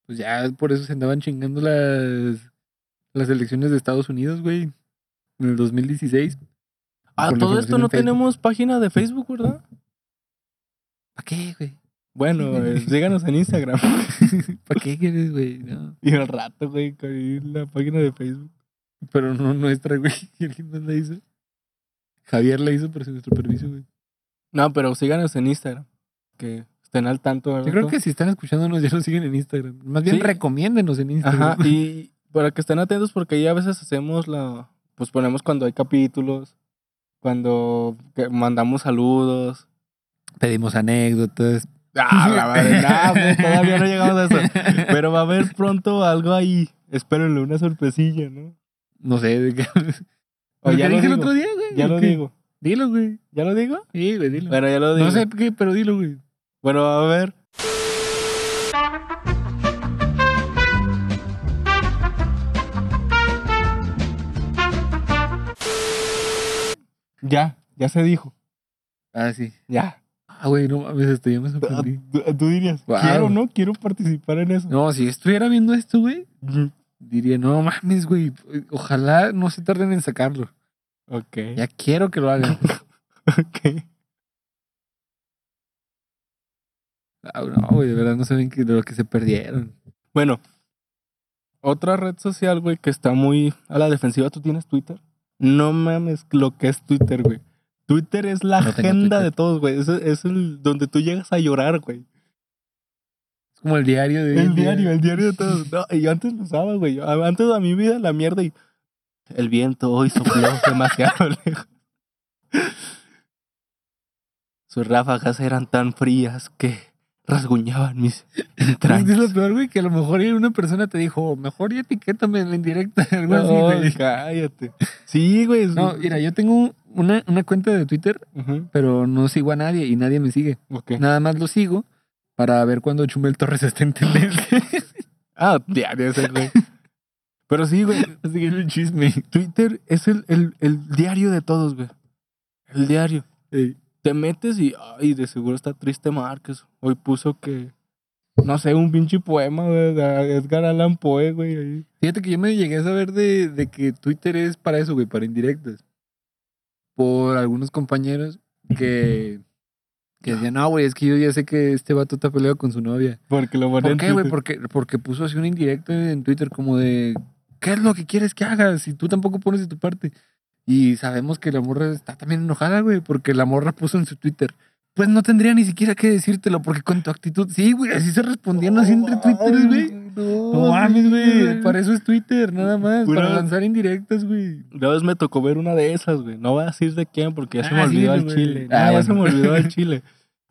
[SPEAKER 3] Pues ya por eso se andaban chingando las, las elecciones de Estados Unidos, güey. En el 2016. Con la
[SPEAKER 2] Ah, todo
[SPEAKER 3] información
[SPEAKER 2] esto
[SPEAKER 3] en
[SPEAKER 2] no
[SPEAKER 3] Facebook.
[SPEAKER 2] tenemos página de Facebook, ¿verdad?
[SPEAKER 3] ¿Para qué, güey?
[SPEAKER 2] Bueno, eh, síganos en Instagram.
[SPEAKER 3] ¿Para qué quieres, güey? No.
[SPEAKER 2] Y al rato, güey, con ahí la página de Facebook.
[SPEAKER 3] Pero no nuestra, güey. ¿Alguien más la hizo? Javier la hizo, pero sin nuestro permiso, güey.
[SPEAKER 2] No, pero síganos en Instagram. Que estén al tanto, ¿verdad?
[SPEAKER 3] Yo creo que si están escuchándonos ya nos siguen en Instagram. Más bien
[SPEAKER 2] Sí.
[SPEAKER 3] recomiéndenos en Instagram.
[SPEAKER 2] Ajá, y para que estén atentos porque ahí a veces hacemos la... Pues ponemos cuando hay capítulos, cuando que mandamos saludos.
[SPEAKER 3] Pedimos anécdotas.
[SPEAKER 2] Ah, la madre, nah, güey, todavía no llegamos a eso. Pero va a haber pronto algo ahí. Espérenlo, una sorpresilla, ¿no?
[SPEAKER 3] No sé de qué.
[SPEAKER 2] O
[SPEAKER 3] Lo
[SPEAKER 2] ya
[SPEAKER 3] que
[SPEAKER 2] lo
[SPEAKER 3] dije
[SPEAKER 2] digo,
[SPEAKER 3] el otro día, güey.
[SPEAKER 2] ya
[SPEAKER 3] ¿o
[SPEAKER 2] lo
[SPEAKER 3] qué?
[SPEAKER 2] digo.
[SPEAKER 3] Dilo, güey.
[SPEAKER 2] ¿Ya lo digo?
[SPEAKER 3] Sí, güey, dilo.
[SPEAKER 2] Bueno, ya lo digo.
[SPEAKER 3] no sé qué, pero dilo, güey.
[SPEAKER 2] Bueno, a ver. Ya, ya se dijo.
[SPEAKER 3] Ah, sí.
[SPEAKER 2] Ya.
[SPEAKER 3] Ah, güey, no mames, este, ya me
[SPEAKER 2] Tú,
[SPEAKER 3] sorprendí.
[SPEAKER 2] tú dirías,
[SPEAKER 3] Guau.
[SPEAKER 2] quiero, ¿no? Quiero participar en eso.
[SPEAKER 3] No, si estuviera viendo esto, güey,
[SPEAKER 2] Ujú.
[SPEAKER 3] diría, no mames, güey, ojalá no se tarden en sacarlo.
[SPEAKER 2] Ok.
[SPEAKER 3] Ya quiero que lo hagan.
[SPEAKER 2] Ok.
[SPEAKER 3] Ah, no, güey, de verdad no saben que, de lo que se perdieron.
[SPEAKER 2] Bueno, otra red social, güey, que está muy a la defensiva. ¿Tú tienes Twitter? No mames lo que es Twitter, güey. Twitter es la
[SPEAKER 3] No tengo
[SPEAKER 2] agenda
[SPEAKER 3] Twitter.
[SPEAKER 2] de todos, güey. Es, es el, donde tú llegas a llorar, güey.
[SPEAKER 3] Es como el diario de... hoy en
[SPEAKER 2] El
[SPEAKER 3] día.
[SPEAKER 2] diario, el diario de todos. No, y yo antes lo usaba, güey. Yo- a- Antes a mi vida la mierda y. El viento hoy sopló demasiado lejos. Sus ráfagas eran tan frías que rasguñaban mis
[SPEAKER 3] Es que es lo
[SPEAKER 2] entrañas.
[SPEAKER 3] peor, güey, que a lo mejor una persona te dijo, mejor ya etiquétame en la indirecta, algo así,
[SPEAKER 2] Ay,
[SPEAKER 3] güey.
[SPEAKER 2] cállate. Sí, güey. es-
[SPEAKER 3] No, mira, yo tengo una, una cuenta de Twitter,
[SPEAKER 2] Ujú,
[SPEAKER 3] pero no sigo a nadie y nadie me sigue.
[SPEAKER 2] ok.
[SPEAKER 3] Nada más lo sigo para ver cuando Chumel Torres está en tendencia.
[SPEAKER 2] Ah, diario ese, güey. Pero sí, güey.
[SPEAKER 3] así que es un chisme.
[SPEAKER 2] Twitter es el, el, el diario de todos, güey. El diario.
[SPEAKER 3] Ey.
[SPEAKER 2] Te metes y, ay, de seguro está triste Márquez. Hoy puso que, no sé, un pinche poema güey, de Edgar Allan Poe, güey. ahí.
[SPEAKER 3] Fíjate que yo me llegué a saber de, de que Twitter es para eso, güey, para indirectas. Por algunos compañeros que Que decía, no, güey, es que yo ya sé que este vato está peleado con su novia.
[SPEAKER 2] Porque lo ponen
[SPEAKER 3] ¿Por
[SPEAKER 2] en
[SPEAKER 3] qué, güey?
[SPEAKER 2] Twitter.
[SPEAKER 3] Porque, porque puso así un indirecto en Twitter como de, ¿qué es lo que quieres que hagas? Y tú tampoco pones de tu parte. Y sabemos que la morra está también enojada, güey, porque la morra puso en su Twitter. Pues no tendría ni siquiera que decírtelo, porque con tu actitud. Sí, güey, así se respondían así entre Twitter, güey. Oh, No mames, güey. Para eso es Twitter, nada más.
[SPEAKER 2] Pura-
[SPEAKER 3] Para lanzar indirectas, güey.
[SPEAKER 2] Una vez me tocó ver una de esas, güey. No voy a decir de quién porque ya
[SPEAKER 3] Ah,
[SPEAKER 2] se me olvidó
[SPEAKER 3] sí,
[SPEAKER 2] al
[SPEAKER 3] güey.
[SPEAKER 2] chile.
[SPEAKER 3] Ah,
[SPEAKER 2] Ah, ya
[SPEAKER 3] ya
[SPEAKER 2] se
[SPEAKER 3] no.
[SPEAKER 2] me olvidó al chile.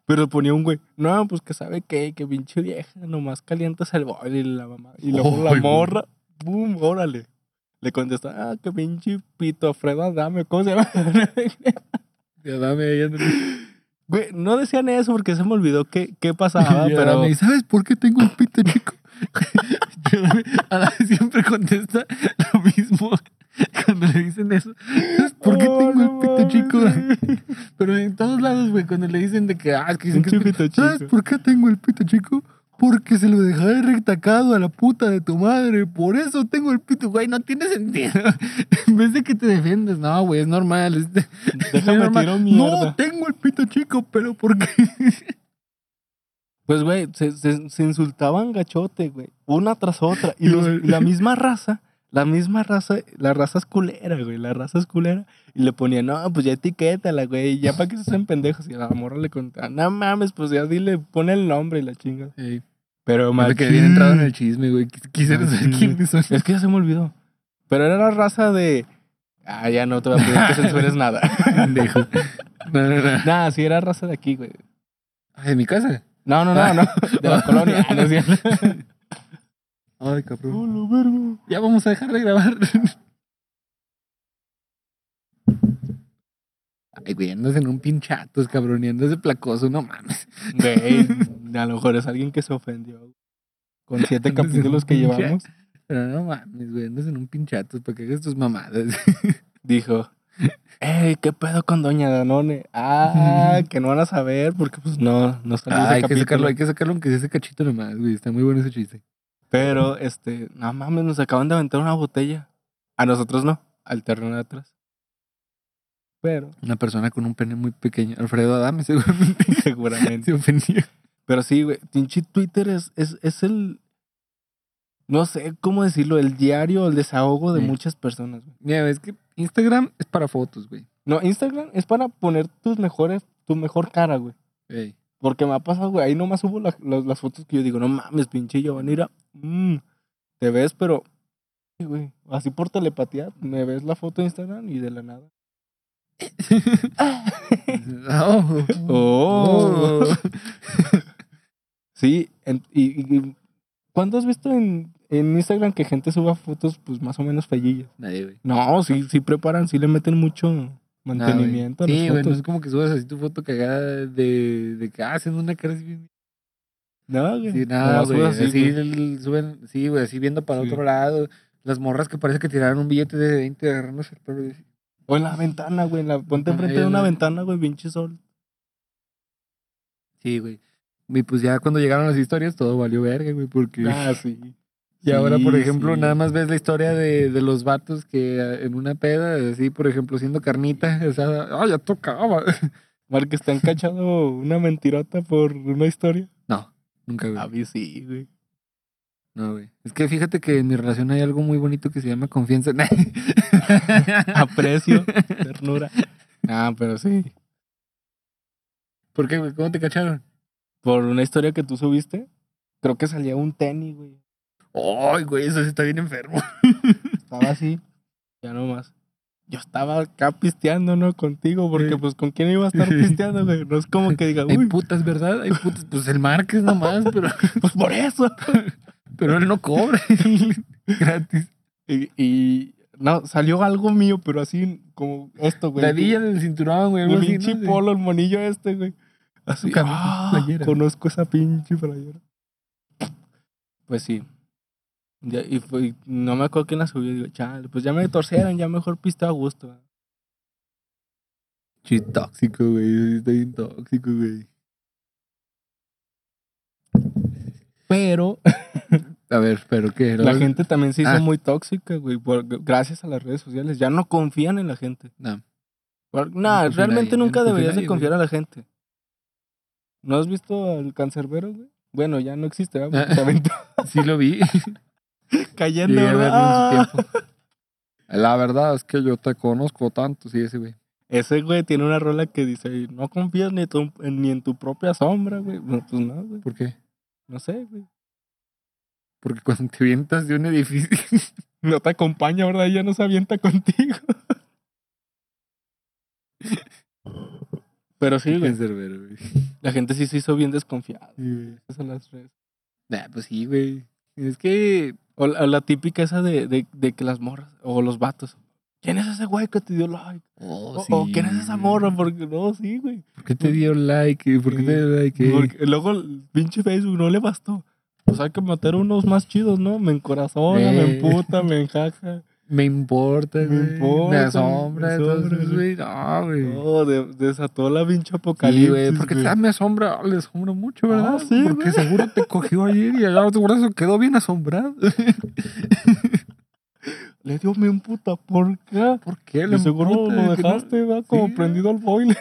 [SPEAKER 2] Pero ponía un güey, no, pues que sabe qué, que pinche vieja, nomás calientas el boil y la mamá. Y luego
[SPEAKER 3] Ay,
[SPEAKER 2] la
[SPEAKER 3] güey.
[SPEAKER 2] morra, ¡pum! ¡Órale! Le contestó, ah, que pinche pito, Fredo, dame, ¿cómo se llama?
[SPEAKER 3] Ya dame, ya dame.
[SPEAKER 2] güey, no decían eso porque se me olvidó qué, qué pasaba,
[SPEAKER 3] Y
[SPEAKER 2] pero.
[SPEAKER 3] Adame, ¿sabes por qué tengo un pito chico? Y Adame- Adame siempre contesta lo mismo cuando le dicen eso. ¿Sabes por qué
[SPEAKER 2] Oh,
[SPEAKER 3] tengo
[SPEAKER 2] no
[SPEAKER 3] un pito
[SPEAKER 2] mames,
[SPEAKER 3] chico?
[SPEAKER 2] güey.
[SPEAKER 3] Pero en todos lados, güey, cuando le dicen de que, ah, es que dicen que
[SPEAKER 2] Pinche
[SPEAKER 3] es pito-
[SPEAKER 2] pito
[SPEAKER 3] ¿Sabes
[SPEAKER 2] chico.
[SPEAKER 3] por qué tengo el pito chico? Porque se lo dejaré rectacado a la puta de tu madre. Por eso tengo el pito, güey. No tiene sentido. En vez de que te defiendes, no, güey, es normal. es- es
[SPEAKER 2] Déjame
[SPEAKER 3] normal.
[SPEAKER 2] tiro
[SPEAKER 3] no,
[SPEAKER 2] mierda.
[SPEAKER 3] tengo el pito chico, pero ¿por qué?
[SPEAKER 2] Pues, güey, se, se- se insultaban gachote, güey. Una tras otra. Y los-
[SPEAKER 3] Igual.
[SPEAKER 2] y la misma raza, la misma raza, la raza es culera, güey. La raza es culera. Y le ponían, no, pues ya etiquétala, güey. Ya para que se sean pendejos. Y a la morra le contaba, no mames, pues ya dile, pone el nombre y la chinga. Pero,
[SPEAKER 3] Me
[SPEAKER 2] más Ah,
[SPEAKER 3] quedé bien entrado en el chisme, güey. Quis- Quisiera saber
[SPEAKER 2] Machín.
[SPEAKER 3] quiénes son.
[SPEAKER 2] Es que ya se me olvidó. Pero era la raza de. Ah, ya no te voy a pedir que censures nada.
[SPEAKER 3] Pendejo. No, no, no.
[SPEAKER 2] Nada, sí, era raza de aquí, güey.
[SPEAKER 3] Ay, ¿De mi casa?
[SPEAKER 2] No, no, no, no. De la colonia. Ah, no es cierto.
[SPEAKER 3] Ay, cabrón. Ya vamos a dejar de grabar. Ay, güey, andas en un pinchatos, cabrón, y andas de placoso, no mames.
[SPEAKER 2] Güey, a lo mejor es alguien que se ofendió. Con siete capítulos que llevamos,
[SPEAKER 3] Pero no mames, güey, andas en un pinchatos para que hagas tus mamadas.
[SPEAKER 2] dijo, ¡Ey, qué pedo con Doña Danone! ¡Ah, que no van a saber! Porque pues no, no salió ese
[SPEAKER 3] Ay, hay que
[SPEAKER 2] capítulo.
[SPEAKER 3] sacarlo, hay que sacarlo aunque sea ese cachito nomás, güey. Está muy bueno ese chiste.
[SPEAKER 2] Pero, este, no mames, nos acaban de aventar una botella. A nosotros no, al terreno de atrás. Pero,
[SPEAKER 3] Una persona con un pene muy pequeño. Alfredo Adame, seguramente
[SPEAKER 2] seguramente.
[SPEAKER 3] se ofendió.
[SPEAKER 2] Pero sí, güey, pinche Twitter es, es, es el... No sé cómo decirlo, el diario, el desahogo de
[SPEAKER 3] Sí.
[SPEAKER 2] muchas personas, güey.
[SPEAKER 3] Ya ves que Instagram es para fotos, güey.
[SPEAKER 2] No, Instagram es para poner tus mejores, tu mejor cara, güey.
[SPEAKER 3] Ey.
[SPEAKER 2] Porque me ha pasado, güey. Ahí nomás subo la- las- las fotos que yo digo, no mames, pinche Giovanira. mm, te ves, pero. sí, güey, así por telepatía, me ves la foto de Instagram y de la nada.
[SPEAKER 3] Oh.
[SPEAKER 2] Oh.
[SPEAKER 3] Mm.
[SPEAKER 2] Sí, en- y, y- y- ¿cuándo has visto en, en Instagram que gente suba fotos, pues más o menos fallillas?
[SPEAKER 3] Nadie, güey.
[SPEAKER 2] No, sí, sí preparan, sí le meten mucho
[SPEAKER 3] No, güey.
[SPEAKER 2] mantenimiento a las
[SPEAKER 3] Sí, güey, no
[SPEAKER 2] fotos.
[SPEAKER 3] es como que subas así tu foto cagada de, de que hacen una cara así bien.
[SPEAKER 2] No, güey.
[SPEAKER 3] Sí, nada,
[SPEAKER 2] nomás
[SPEAKER 3] güey.
[SPEAKER 2] subas
[SPEAKER 3] Así,
[SPEAKER 2] así, güey.
[SPEAKER 3] el- suben, sí, güey, así viendo para
[SPEAKER 2] Sí.
[SPEAKER 3] otro lado. Las morras que parece que tiraron un billete de 20 agarrándose el pelo. y así.
[SPEAKER 2] O en la ventana, güey. en la- ponte
[SPEAKER 3] Ah,
[SPEAKER 2] enfrente
[SPEAKER 3] ya
[SPEAKER 2] de una
[SPEAKER 3] la-
[SPEAKER 2] ventana, güey, pinche sol.
[SPEAKER 3] Sí, güey. Y pues ya cuando llegaron las historias todo valió verga, güey, porque...
[SPEAKER 2] Ah, sí.
[SPEAKER 3] Y ahora, por
[SPEAKER 2] Sí,
[SPEAKER 3] ejemplo,
[SPEAKER 2] sí.
[SPEAKER 3] nada más ves la historia de, de los vatos que eh, en una peda, así, por ejemplo, siendo carnita, o sea, ah, ya tocaba.
[SPEAKER 2] Márquez, ¿te han cachado una mentirota por una historia?
[SPEAKER 3] No, nunca, güey.
[SPEAKER 2] A mí sí, güey.
[SPEAKER 3] No, güey. Es que fíjate que en mi relación hay algo muy bonito que se llama confianza. Nah.
[SPEAKER 2] Aprecio, ternura. Ah, pero sí.
[SPEAKER 3] ¿Por qué, güey? ¿Cómo te cacharon?
[SPEAKER 2] Por una historia que tú subiste, creo que salía un tenis, güey.
[SPEAKER 3] Ay, güey, eso sí está bien enfermo.
[SPEAKER 2] Estaba así, ya nomás. Yo estaba acá pisteando, ¿no? Contigo,
[SPEAKER 3] Sí.
[SPEAKER 2] porque
[SPEAKER 3] pues,
[SPEAKER 2] pues con quién iba a estar pisteando, güey. No es como que diga,
[SPEAKER 3] Hay
[SPEAKER 2] uy,
[SPEAKER 3] putas, ¿verdad? Hay putas. Pues el Márquez nomás, pero,
[SPEAKER 2] pues por eso.
[SPEAKER 3] pero él no cobra. Gratis.
[SPEAKER 2] Y, y, no, salió algo mío, pero así como esto, güey.
[SPEAKER 3] La villa del cinturón, güey, algo
[SPEAKER 2] El
[SPEAKER 3] así.
[SPEAKER 2] pinche
[SPEAKER 3] ¿no? Sí.
[SPEAKER 2] polo, el monillo este, güey. Así,
[SPEAKER 3] camisa,
[SPEAKER 2] ah,
[SPEAKER 3] playera.
[SPEAKER 2] conozco esa pinche playera. Pues sí. Ya- y, fue- y no me acuerdo quién la subió. Digo, chale, pues ya me torcieron, ya mejor pista a gusto. ¿verdad?
[SPEAKER 3] Sí, tóxico, güey. sí Está bien tóxico, güey.
[SPEAKER 2] Pero
[SPEAKER 3] A ver, pero qué.
[SPEAKER 2] la gente también se hizo
[SPEAKER 3] Ah.
[SPEAKER 2] muy tóxica, güey, por- gracias a las redes sociales. Ya no confían en la gente.
[SPEAKER 3] No.
[SPEAKER 2] Por-
[SPEAKER 3] No
[SPEAKER 2] No,
[SPEAKER 3] confía en
[SPEAKER 2] realmente
[SPEAKER 3] nadie,
[SPEAKER 2] nunca
[SPEAKER 3] no confía en
[SPEAKER 2] deberías de
[SPEAKER 3] nadie,
[SPEAKER 2] confiar a la gente. ¿No has visto al cancerbero, güey? Bueno, ya no existe, ¿verdad? Porque se aventó
[SPEAKER 3] Sí lo vi.
[SPEAKER 2] cayendo,
[SPEAKER 3] Llegué a
[SPEAKER 2] ¿verdad?
[SPEAKER 3] verlo en
[SPEAKER 2] Ah.
[SPEAKER 3] su tiempo. La verdad es que yo te conozco tanto, sí, ese güey.
[SPEAKER 2] Ese güey tiene una rola que dice, no confías ni, tu- ni en tu propia sombra, güey. No, pues no, güey.
[SPEAKER 3] ¿Por qué?
[SPEAKER 2] No sé, güey.
[SPEAKER 3] Porque cuando te vientas de un edificio.
[SPEAKER 2] No te acompaña, ¿verdad? Ella no se avienta contigo. Pero sí, güey.
[SPEAKER 3] Cancerbero, güey.
[SPEAKER 2] La gente sí se hizo bien desconfiada.
[SPEAKER 3] Sí, güey.
[SPEAKER 2] Esas son las redes.
[SPEAKER 3] Nah, pues sí, güey. Es que.
[SPEAKER 2] O la, o la típica esa de, de, de que las morras o los vatos. ¿Quién es ese güey que te dio like?
[SPEAKER 3] Oh,
[SPEAKER 2] O, o
[SPEAKER 3] sí,
[SPEAKER 2] ¿quién es esa
[SPEAKER 3] güey.
[SPEAKER 2] morra? Porque no, sí, güey.
[SPEAKER 3] ¿Por qué te dio like? ¿Por qué te dio like?
[SPEAKER 2] Porque luego el pinche Facebook no le bastó. Pues hay que meter unos más chidos, ¿no? Me encorazona, me
[SPEAKER 3] Eh.
[SPEAKER 2] emputa, me enjaja.
[SPEAKER 3] Me importa,
[SPEAKER 2] Me
[SPEAKER 3] güey. Me
[SPEAKER 2] importa,
[SPEAKER 3] importa. Me asombra.
[SPEAKER 2] me
[SPEAKER 3] entonces,
[SPEAKER 2] asombra,
[SPEAKER 3] güey. No, güey.
[SPEAKER 2] No, de- desató la pinche
[SPEAKER 3] Sí,
[SPEAKER 2] apocalipsis.
[SPEAKER 3] güey, porque
[SPEAKER 2] güey.
[SPEAKER 3] también me asombra, le asombra mucho, ¿verdad?
[SPEAKER 2] Ah, sí,
[SPEAKER 3] porque
[SPEAKER 2] güey.
[SPEAKER 3] seguro te cogió ayer y el otro brazo quedó bien asombrado.
[SPEAKER 2] Le dio me emputa, ¿por qué?
[SPEAKER 3] ¿Por qué?
[SPEAKER 2] De
[SPEAKER 3] le
[SPEAKER 2] seguro
[SPEAKER 3] emputa?
[SPEAKER 2] lo
[SPEAKER 3] Que no-
[SPEAKER 2] dejaste, ¿verdad? Como
[SPEAKER 3] Sí.
[SPEAKER 2] prendido al boiler.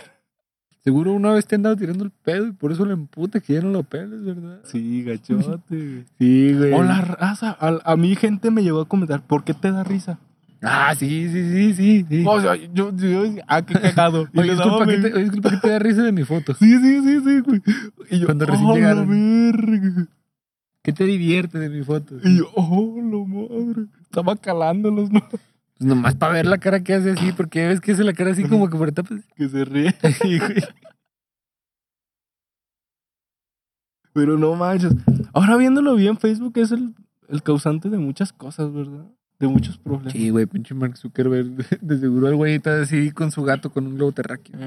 [SPEAKER 3] Seguro una vez te andaba tirando el pedo y por eso le emputa que ya no lo peles, ¿verdad?
[SPEAKER 2] Sí, gachote.
[SPEAKER 3] Sí, güey.
[SPEAKER 2] Hola, raza. A, a mi gente me llegó a comentar, ¿por qué te da risa?
[SPEAKER 3] Ah, sí, sí, sí, sí. sí.
[SPEAKER 2] O sea, yo, yo, ah, qué cagado. Y
[SPEAKER 3] Oye,
[SPEAKER 2] le
[SPEAKER 3] disculpa,
[SPEAKER 2] daba
[SPEAKER 3] que
[SPEAKER 2] mi-
[SPEAKER 3] te, oye, disculpa que te da risa de mi foto.
[SPEAKER 2] Sí, sí, sí, sí, güey. Y yo,
[SPEAKER 3] Cuando recién
[SPEAKER 2] "Ah, la
[SPEAKER 3] llegaron".
[SPEAKER 2] verga.
[SPEAKER 3] ¿Qué te divierte de mi foto? Pues
[SPEAKER 2] Y yo, oh, la madre. Estaba calándolos, ¿no?
[SPEAKER 3] Pues nomás para ver la cara que hace así, porque ves que hace la cara así como que por etapas.
[SPEAKER 2] Que se ríe. Pero no manches. Ahora viéndolo bien, Facebook es el, el causante de muchas cosas, ¿verdad? De muchos problemas.
[SPEAKER 3] Sí, güey, pinche Mark Zuckerberg. De seguro el güey está así con su gato con un globo terráqueo.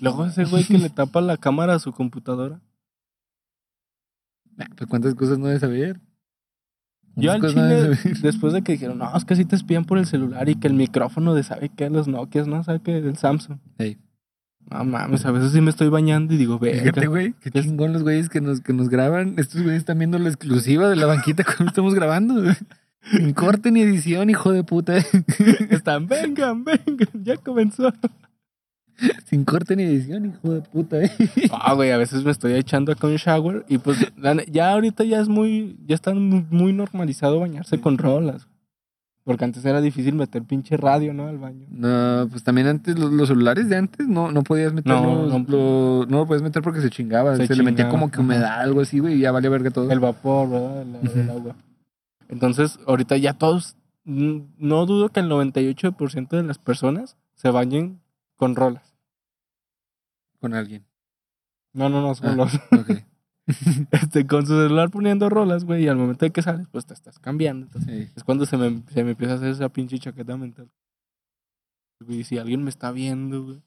[SPEAKER 2] Luego ese güey que le tapa la cámara a su computadora.
[SPEAKER 3] Nah, pues cuántas cosas no debe saber.
[SPEAKER 2] Yo al
[SPEAKER 3] ¿Cuántas cosas no debe
[SPEAKER 2] chile,
[SPEAKER 3] saber?
[SPEAKER 2] después de que dijeron, no, es que si te espían por el celular y que el micrófono de sabe qué, los Nokias, no sabe qué, del Samsung.
[SPEAKER 3] Ey.
[SPEAKER 2] No mames, a veces sí me estoy bañando y digo,
[SPEAKER 3] Fíjate,
[SPEAKER 2] verga.
[SPEAKER 3] güey, qué chingón los güeyes que nos, que nos graban. Estos güeyes están viendo la exclusiva de la banquita cuando estamos grabando. güey. Sin corte ni edición, hijo de puta. eh.
[SPEAKER 2] Están, vengan, vengan, ya comenzó.
[SPEAKER 3] Sin corte ni edición, hijo de puta. eh.
[SPEAKER 2] Ah, güey, a veces me estoy echando acá un shower y pues la ne- ya ahorita ya es muy, ya está mu- muy normalizado bañarse con rolas. Porque antes era difícil meter pinche radio, ¿no? Al baño.
[SPEAKER 3] No, pues también antes, los, los celulares de antes no, no podías meter
[SPEAKER 2] No,
[SPEAKER 3] los-
[SPEAKER 2] no.
[SPEAKER 3] lo- no lo podías meter porque se chingaba.
[SPEAKER 2] Se
[SPEAKER 3] Se, le metía
[SPEAKER 2] chingaba,
[SPEAKER 3] como que
[SPEAKER 2] ajá.
[SPEAKER 3] humedad, algo así, güey, y ya valía verga todo.
[SPEAKER 2] El vapor, ¿verdad? El, el
[SPEAKER 3] Ujú.
[SPEAKER 2] agua. Entonces, ahorita ya todos, mm, no dudo que el 98% de las personas se bañen con rolas.
[SPEAKER 3] Con alguien.
[SPEAKER 2] No, no, no,
[SPEAKER 3] Ah.
[SPEAKER 2] son los-
[SPEAKER 3] Ok.
[SPEAKER 2] este, con su celular poniendo rolas, güey, y al momento de que sales, pues te estás cambiando. Entonces,
[SPEAKER 3] Sí.
[SPEAKER 2] es cuando se me, se me empieza a hacer esa pinche chaqueta mental. Güey, si alguien me está viendo, güey.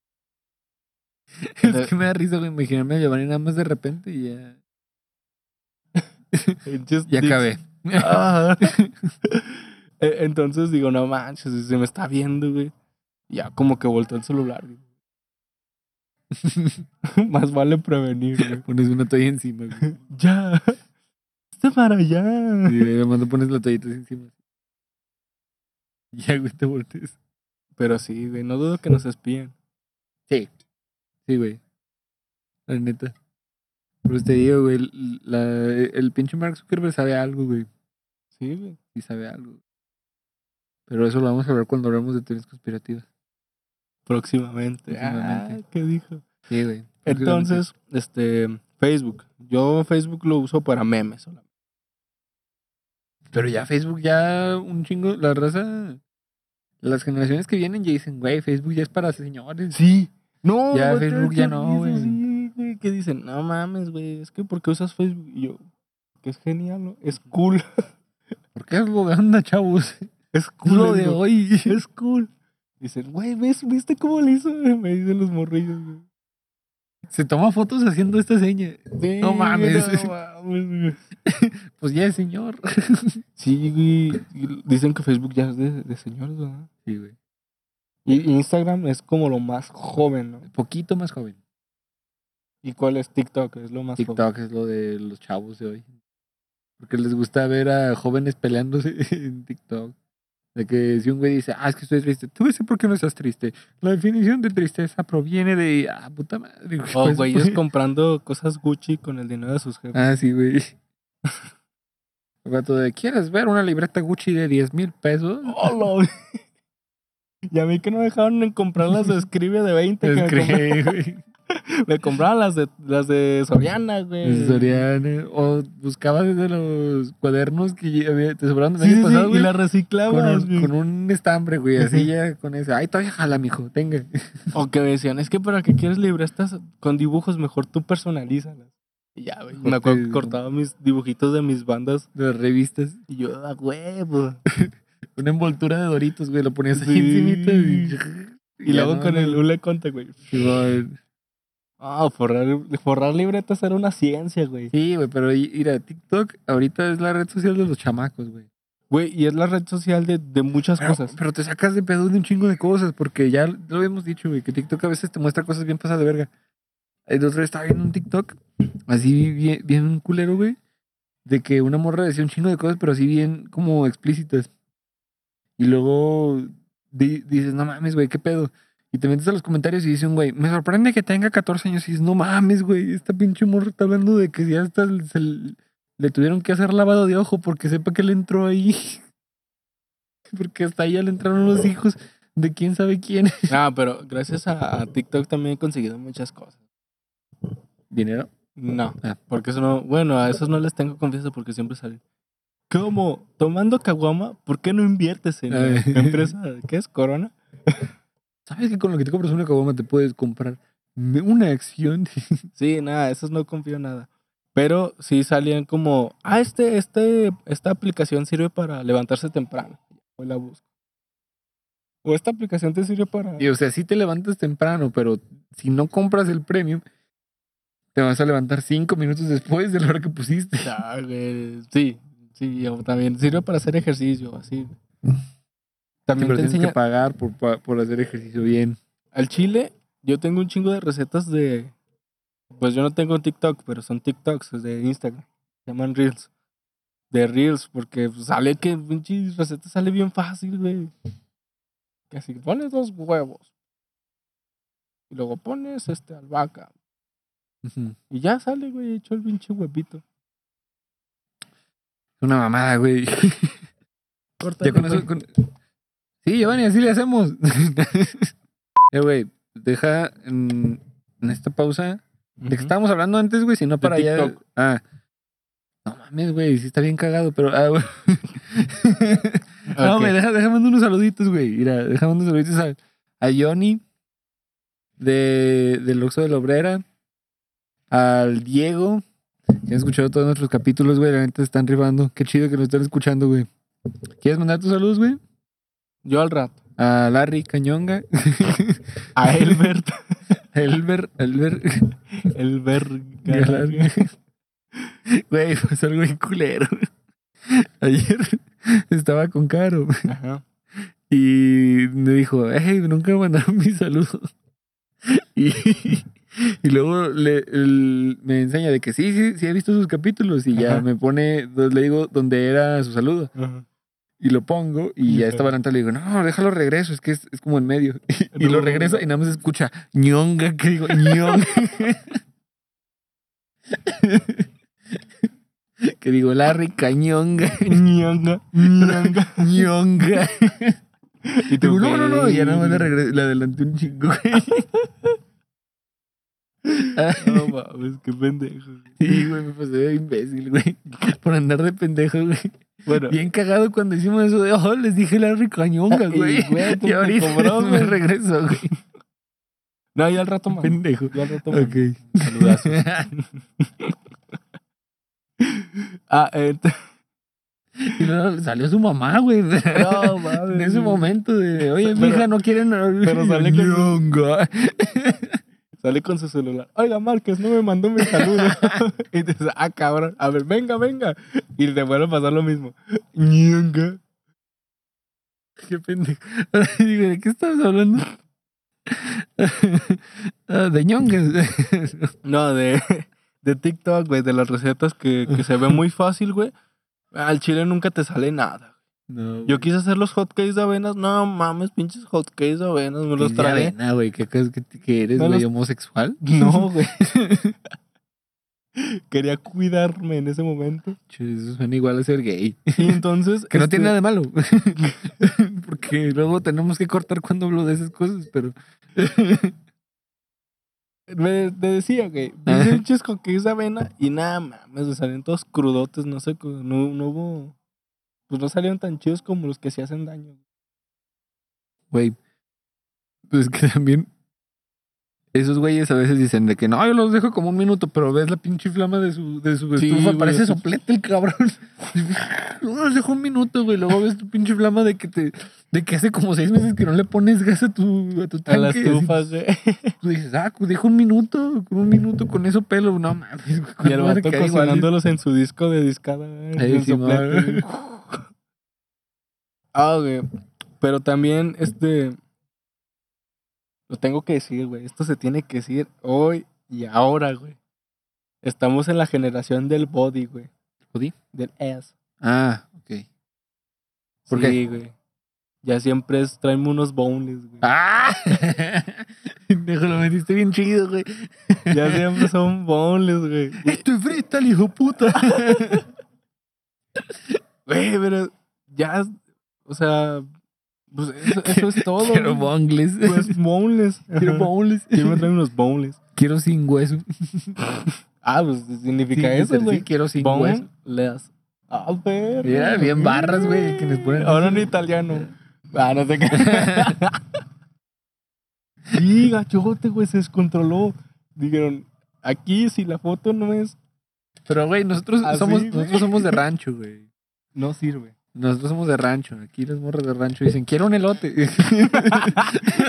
[SPEAKER 3] Es que me da risa, güey, imaginarme a Giovanni nada más de repente y ya.
[SPEAKER 2] Pinches
[SPEAKER 3] Ya
[SPEAKER 2] tics.
[SPEAKER 3] acabé.
[SPEAKER 2] Ah. E- Entonces digo, no manches, si se me está viendo, güey. Ya como que volteó el celular, güey. Más vale prevenir, güey.
[SPEAKER 3] Pones una toalla encima, güey.
[SPEAKER 2] Ya. Este para allá.
[SPEAKER 3] Y además no pones la toallita así encima. Ya, güey, te voltees.
[SPEAKER 2] Pero sí, güey, no dudo que nos espíen.
[SPEAKER 3] Sí, güey. La neta. Pero te digo, güey, la- el pinche Mark Zuckerberg sabe algo, güey.
[SPEAKER 2] Sí, güey.
[SPEAKER 3] Sí sabe algo. Pero eso lo vamos a ver cuando hablemos de teorías conspirativas.
[SPEAKER 2] Próximamente.
[SPEAKER 3] Próximamente.
[SPEAKER 2] Ah, ¿qué dijo?
[SPEAKER 3] Sí, güey.
[SPEAKER 2] Entonces, este, Facebook. Yo Facebook lo uso para memes solamente.
[SPEAKER 3] Pero ya Facebook ya un chingo, la raza, las generaciones que vienen ya dicen, güey, Facebook ya es para señores.
[SPEAKER 2] Sí. No,
[SPEAKER 3] Ya,
[SPEAKER 2] güey, te
[SPEAKER 3] Facebook
[SPEAKER 2] da
[SPEAKER 3] ya no,
[SPEAKER 2] risa,
[SPEAKER 3] güey.
[SPEAKER 2] sí, güey, que dicen, no mames, güey, es que porque usas Facebook. Y yo, que es genial, ¿no? Es cool.
[SPEAKER 3] ¿Por qué es lo de onda, chavos?
[SPEAKER 2] Es
[SPEAKER 3] Es
[SPEAKER 2] cool.
[SPEAKER 3] lo
[SPEAKER 2] les
[SPEAKER 3] de
[SPEAKER 2] digo,
[SPEAKER 3] hoy.
[SPEAKER 2] Es cool. Dicen, güey, ¿ves, ¿viste cómo le hizo? Me dicen los morrillos, güey.
[SPEAKER 3] Se toma fotos haciendo esta seña.
[SPEAKER 2] Sí,
[SPEAKER 3] No mames.
[SPEAKER 2] no mames, güey.
[SPEAKER 3] Pues ya es señor.
[SPEAKER 2] Sí, güey. y Dicen que Facebook ya es de, de señores, ¿verdad?
[SPEAKER 3] Sí, güey.
[SPEAKER 2] Y y Instagram es como lo más joven, ¿no?
[SPEAKER 3] Poquito más joven.
[SPEAKER 2] ¿Y cuál es TikTok? Es lo más joven.
[SPEAKER 3] TikTok es lo de los chavos de hoy. Porque les gusta ver a jóvenes peleándose en TikTok. De que si un güey dice, ah, es que estoy triste, tú ves por qué no estás triste. La definición de tristeza proviene de, ah, puta madre, güey.
[SPEAKER 2] O
[SPEAKER 3] pues,
[SPEAKER 2] güeyes Oh, comprando cosas Gucci con el dinero de sus jefes.
[SPEAKER 3] Ah, sí, güey. El vato de, ¿quieres ver una libreta Gucci de 10 mil pesos?
[SPEAKER 2] Oh, ¡Hola! Ya vi que no me dejaron en comprar las de Escribe de 20. que me, compra-
[SPEAKER 3] Escribe, güey.
[SPEAKER 2] me compraban las de, las de Soriana, güey.
[SPEAKER 3] Soriana. O buscabas de los cuadernos que ya había- te sobraron del
[SPEAKER 2] Sí,
[SPEAKER 3] año
[SPEAKER 2] sí,
[SPEAKER 3] pasado,
[SPEAKER 2] sí, y
[SPEAKER 3] güey.
[SPEAKER 2] las
[SPEAKER 3] con,
[SPEAKER 2] reciclabas,
[SPEAKER 3] un,
[SPEAKER 2] güey.
[SPEAKER 3] con un estambre, güey, así ya con ese. Ay, todavía jala, mijo, tenga.
[SPEAKER 2] O que me decían, es que para que quieres libretas con dibujos, mejor tú personalízalas. Y ya, güey. Me acuerdo que
[SPEAKER 3] Corte-
[SPEAKER 2] cortaba mis dibujitos de mis bandas
[SPEAKER 3] De las revistas.
[SPEAKER 2] y yo, "Ah, pues". a huevo.
[SPEAKER 3] Una envoltura de doritos, güey, lo ponías ahí
[SPEAKER 2] Sí.
[SPEAKER 3] encimita y...
[SPEAKER 2] Y luego con el hule conte, güey.
[SPEAKER 3] el...
[SPEAKER 2] Ah, forrar, forrar libretas era una ciencia, güey.
[SPEAKER 3] Sí, güey, pero i- mira, TikTok ahorita es la red social de los chamacos, güey.
[SPEAKER 2] Güey, y es la red social de, de muchas
[SPEAKER 3] Pero,
[SPEAKER 2] cosas.
[SPEAKER 3] pero te sacas de pedo de un chingo de cosas, porque ya lo habíamos dicho, güey, que TikTok a veces te muestra cosas bien pasadas de verga. El otro día estaba viendo un TikTok, así bien, bien un culero, güey, de que una morra decía un chingo de cosas, pero así bien como explícitas. Y luego di- dices, no mames, güey, qué pedo. Y te metes a los comentarios y dice un güey, me sorprende que tenga 14 años. Y dices, no mames, güey, esta pinche morra está hablando de que ya hasta se l- le tuvieron que hacer lavado de ojo porque sepa que le entró ahí. Porque hasta ahí ya le entraron los hijos de quién sabe quién.
[SPEAKER 2] Ah, pero gracias a, a TikTok también he conseguido muchas cosas.
[SPEAKER 3] ¿Dinero?
[SPEAKER 2] No,
[SPEAKER 3] Ah.
[SPEAKER 2] porque eso no. Bueno, a esos no les tengo confianza porque siempre salen. ¿Cómo? Tomando caguama, ¿por qué no inviertes en
[SPEAKER 3] Ay.
[SPEAKER 2] la empresa? ¿Qué es? ¿Corona?
[SPEAKER 3] ¿Sabes que con lo que te compras una caguama te puedes comprar me- una acción?
[SPEAKER 2] Sí, nada, esos no confío en nada. Pero sí salían como, ah, este, este, esta aplicación sirve para levantarse temprano. O la busco. O esta aplicación te sirve para.
[SPEAKER 3] Y o sea, sí te levantas temprano, pero si no compras el premium, te vas a levantar cinco minutos después de la hora que pusiste.
[SPEAKER 2] Ah, güey, Sí, sí, o también sirve para hacer ejercicio, así.
[SPEAKER 3] Sí, pero
[SPEAKER 2] También te
[SPEAKER 3] tienes
[SPEAKER 2] enseña,
[SPEAKER 3] que pagar por, pa- por hacer ejercicio bien.
[SPEAKER 2] Al chile, yo tengo un chingo de recetas de. Pues yo no tengo TikTok, pero son TikToks de Instagram. Se llaman Reels. De Reels, porque pues, sale que pinche receta sale bien fácil, güey. Que así pones dos huevos. Y luego pones este albahaca.
[SPEAKER 3] Ujú.
[SPEAKER 2] Y ya sale, güey, hecho el pinche huevito.
[SPEAKER 3] Es una mamada, güey.
[SPEAKER 2] Corta.
[SPEAKER 3] Ya con eso. con- Sí, Giovanni, así le hacemos. eh, güey, deja en, en esta pausa. De que estábamos hablando antes, güey, si no
[SPEAKER 2] De
[SPEAKER 3] para allá.
[SPEAKER 2] TikTok.
[SPEAKER 3] Ah. No mames, güey, sí está bien cagado, pero. Ah, güey. No, güey, deja, deja mando unos saluditos, güey. Mira, deja mando unos saluditos a, a Johnny de, del Oxo de la Obrera, al Diego, que han escuchado todos nuestros capítulos, güey. La neta están rifando. Qué chido que nos están escuchando, güey. ¿Quieres mandar tus saludos, güey?
[SPEAKER 2] Yo al rato.
[SPEAKER 3] A Larry Cañonga,
[SPEAKER 2] A Elbert.
[SPEAKER 3] a Elber, a Elber
[SPEAKER 2] Elbert.
[SPEAKER 3] Galán. Güey, pasó algo bien culero. Ayer estaba con Caro
[SPEAKER 2] Ajá.
[SPEAKER 3] y me dijo, hey, nunca mandaron mis saludos. Y, y luego le, el- me enseña de que sí, sí, sí he visto sus capítulos y ya
[SPEAKER 2] Ajá.
[SPEAKER 3] me pone, le digo dónde era su saludo.
[SPEAKER 2] Ajá.
[SPEAKER 3] Y lo pongo y ya
[SPEAKER 2] Ujú.
[SPEAKER 3] estaba adelante. Le digo, no, déjalo regreso, es que es, es como en medio. Y lo
[SPEAKER 2] No.
[SPEAKER 3] regreso y nada más escucha, ñonga, que digo, ñonga. que digo, Larry, cañonga,
[SPEAKER 2] Ñonga, ñonga.
[SPEAKER 3] ñonga.
[SPEAKER 2] Y
[SPEAKER 3] Digo, no, no, no, y ya nada más le, regreso, le adelanté un chingo. Ay,
[SPEAKER 2] No mames, qué pendejo.
[SPEAKER 3] sí, güey, me pasé de imbécil, güey. Por andar de pendejo, güey.
[SPEAKER 2] Bueno,
[SPEAKER 3] Bien cagado cuando hicimos eso de, oh, les dije Larry Cañonga,
[SPEAKER 2] Y,
[SPEAKER 3] güey.
[SPEAKER 2] güey, pues,
[SPEAKER 3] Y
[SPEAKER 2] me
[SPEAKER 3] ahorita
[SPEAKER 2] cobró,
[SPEAKER 3] me
[SPEAKER 2] güey.
[SPEAKER 3] regreso, güey.
[SPEAKER 2] no, ya al rato más.
[SPEAKER 3] Pendejo.
[SPEAKER 2] Ya al rato más.
[SPEAKER 3] Ok.
[SPEAKER 2] Saludazo. Ah, ent-
[SPEAKER 3] Y luego salió su mamá, güey.
[SPEAKER 2] No mames.
[SPEAKER 3] En ese momento de, oye,
[SPEAKER 2] Pero-
[SPEAKER 3] mija, no quieren.
[SPEAKER 2] pero sale con-
[SPEAKER 3] Ñonga.
[SPEAKER 2] Sale con su celular. Oiga, Márquez, no me mandó mi saludo. y dice, ah, cabrón. A ver, venga, venga. Y te vuelve a pasar lo mismo. Ñonga.
[SPEAKER 3] Qué pendejo. Digo, ¿de qué estamos hablando? Ah, de ñongas.
[SPEAKER 2] No, de, de TikTok, güey, de las recetas que, que se ve muy fácil, güey. Al chile nunca te sale nada.
[SPEAKER 3] No,
[SPEAKER 2] Yo quise hacer los hotcakes de avenas. No mames, pinches hotcakes de avenas. Me los tragué.
[SPEAKER 3] No, ah, güey, ¿qué crees que, que eres,
[SPEAKER 2] No
[SPEAKER 3] güey,
[SPEAKER 2] los-
[SPEAKER 3] homosexual?
[SPEAKER 2] No, güey. Quería cuidarme en ese momento.
[SPEAKER 3] Che, Eso suena igual a ser gay.
[SPEAKER 2] Y entonces.
[SPEAKER 3] Que no tiene nada
[SPEAKER 2] este,
[SPEAKER 3] de malo. Porque luego tenemos que cortar cuando hablo de esas cosas, pero.
[SPEAKER 2] este, Me, te decía, güey. "Pues,
[SPEAKER 3] Ajá.
[SPEAKER 2] Pinches hotcakes de avena. Y nada mames, me salieron todos crudotes. No sé, no, no hubo. Pues no salieron tan chidos como los que se hacen daño.
[SPEAKER 3] Güey. Pues que también. Esos güeyes a veces dicen de que no, yo los dejo como un minuto, pero ves la pinche flama de su, de su
[SPEAKER 2] Sí,
[SPEAKER 3] estufa,
[SPEAKER 2] güey,
[SPEAKER 3] parece
[SPEAKER 2] sí.
[SPEAKER 3] soplete el cabrón. no los dejo un minuto, güey. Luego ves tu pinche flama de que te, de que hace como seis meses que no le pones gas a tu, a tu
[SPEAKER 2] A las
[SPEAKER 3] tanque. Así,
[SPEAKER 2] tufas, güey.
[SPEAKER 3] Tú dices, ah, pues dejo un minuto, con un minuto con eso pelo. No mames, güey.
[SPEAKER 2] Y
[SPEAKER 3] ¿cómo van
[SPEAKER 2] el
[SPEAKER 3] a
[SPEAKER 2] vato
[SPEAKER 3] quedar iguales?
[SPEAKER 2] cocinándolos en su disco de discada. güey,
[SPEAKER 3] Ey,
[SPEAKER 2] en el
[SPEAKER 3] Simón.
[SPEAKER 2] soplete, güey. Ah, güey. Pero también, este. Lo tengo que decir, güey. Esto se tiene que decir hoy y ahora, güey. Estamos en la generación del body, güey.
[SPEAKER 3] ¿Body?
[SPEAKER 2] Del ass.
[SPEAKER 3] Ah, ok. ¿Por
[SPEAKER 2] sí,
[SPEAKER 3] qué?
[SPEAKER 2] güey. Ya siempre es, traen unos boneless, güey.
[SPEAKER 3] ¡Ah! Pendejo, lo metiste bien chido, güey.
[SPEAKER 2] Ya siempre son boneless, güey.
[SPEAKER 3] Estoy freestyle, hijo puta.
[SPEAKER 2] Güey, pero ya, o sea, pues eso, eso es todo.
[SPEAKER 3] Quiero
[SPEAKER 2] güey.
[SPEAKER 3] bongles.
[SPEAKER 2] Pues boneless.
[SPEAKER 3] Quiero bongles.
[SPEAKER 2] Siempre traen unos boneless.
[SPEAKER 3] Quiero sin hueso.
[SPEAKER 2] Ah, pues significa
[SPEAKER 3] Sí,
[SPEAKER 2] eso,
[SPEAKER 3] sí,
[SPEAKER 2] güey.
[SPEAKER 3] Quiero sin hueso.
[SPEAKER 2] Boneless. Ah, ver.
[SPEAKER 3] Mira, bien barras, güey, que nos ponen
[SPEAKER 2] Ahora en
[SPEAKER 3] así.
[SPEAKER 2] italiano. Ah, no sé qué. sí, gachote, güey, se descontroló. Dijeron, aquí si la foto no es,
[SPEAKER 3] Pero, güey, nosotros,
[SPEAKER 2] Así,
[SPEAKER 3] somos,
[SPEAKER 2] Ah, güey.
[SPEAKER 3] nosotros somos de rancho, güey.
[SPEAKER 2] no sirve.
[SPEAKER 3] Nosotros somos de rancho. Aquí los morros de rancho dicen, quiero un elote.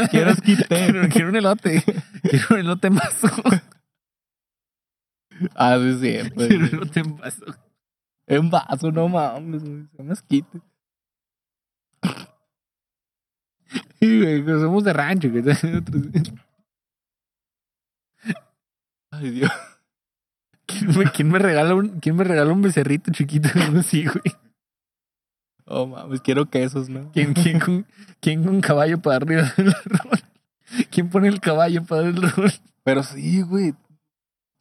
[SPEAKER 2] Quiero esquite.
[SPEAKER 3] quiero, quiero un elote. Quiero un elote en vaso.
[SPEAKER 2] ah, sí, siempre.
[SPEAKER 3] Quiero un
[SPEAKER 2] güey.
[SPEAKER 3] elote en vaso.
[SPEAKER 2] En vaso, no mames, güey. Se llama esquite.
[SPEAKER 3] Sí, güey, pues somos de rancho, güey. Otros-
[SPEAKER 2] Ay, Dios.
[SPEAKER 3] ¿Quién me, quién me regala un, ¿Quién me regala un becerrito chiquito? No sí, güey.
[SPEAKER 2] Oh, mames, quiero quesos, ¿no?
[SPEAKER 3] ¿Quién, quién, con, ¿Quién con caballo para arriba del rol? ¿Quién pone el caballo para el rol?
[SPEAKER 2] Pero sí, güey.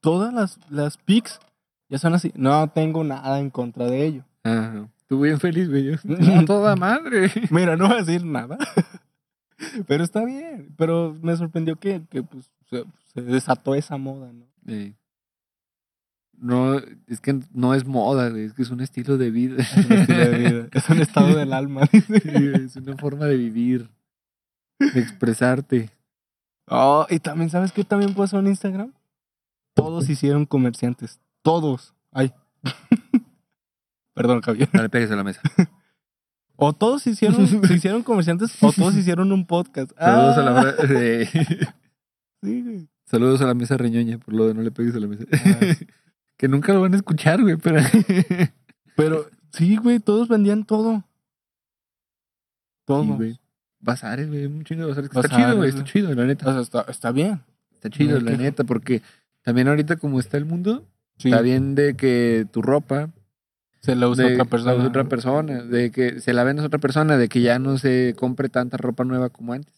[SPEAKER 2] Todas las, las pics ya son así. No tengo nada en contra de ello.
[SPEAKER 3] Ah, no. Tú bien feliz, güey. Yo, "No, toda madre.
[SPEAKER 2] Mira, no voy a decir nada. Pero está bien. Pero me sorprendió que, que, pues, se, se desató esa moda, ¿no?
[SPEAKER 3] Eh, No, es que no es moda, güey. Es que es un estilo de vida.
[SPEAKER 2] Es un estilo de vida, Es un estado del alma. dice.
[SPEAKER 3] Sí, güey, es una forma de vivir. De expresarte.
[SPEAKER 2] Oh, y también, ¿sabes qué también pasó en Instagram? Todos hicieron comerciantes. Todos. Ay. Perdón, Javier.
[SPEAKER 3] No le pegues a la mesa.
[SPEAKER 2] O todos hicieron, se hicieron comerciantes o todos hicieron un podcast.
[SPEAKER 3] Saludos a
[SPEAKER 2] Ah,
[SPEAKER 3] la... fra- eh,
[SPEAKER 2] sí, güey.
[SPEAKER 3] Saludos a la mesa reñoña por lo de no le pegues a la mesa.
[SPEAKER 2] Ah.
[SPEAKER 3] que nunca lo van a escuchar, güey, pero...
[SPEAKER 2] Pero sí, güey, todos vendían todo. Todo.
[SPEAKER 3] Sí, güey. Bazares, güey, un chingo de bazares. que está
[SPEAKER 2] Bazares,
[SPEAKER 3] chido, güey,
[SPEAKER 2] güey.
[SPEAKER 3] está chido, la
[SPEAKER 2] O
[SPEAKER 3] neta.
[SPEAKER 2] sea, está, está bien.
[SPEAKER 3] Está chido,
[SPEAKER 2] me
[SPEAKER 3] la
[SPEAKER 2] quejo.
[SPEAKER 3] neta, porque también ahorita como está el mundo,
[SPEAKER 2] Sí,
[SPEAKER 3] está bien de que tu ropa...
[SPEAKER 2] Se la usa
[SPEAKER 3] de-
[SPEAKER 2] otra persona.
[SPEAKER 3] la usa otra persona, de que se la vendes a otra persona, de que ya no se compre tanta ropa nueva como antes.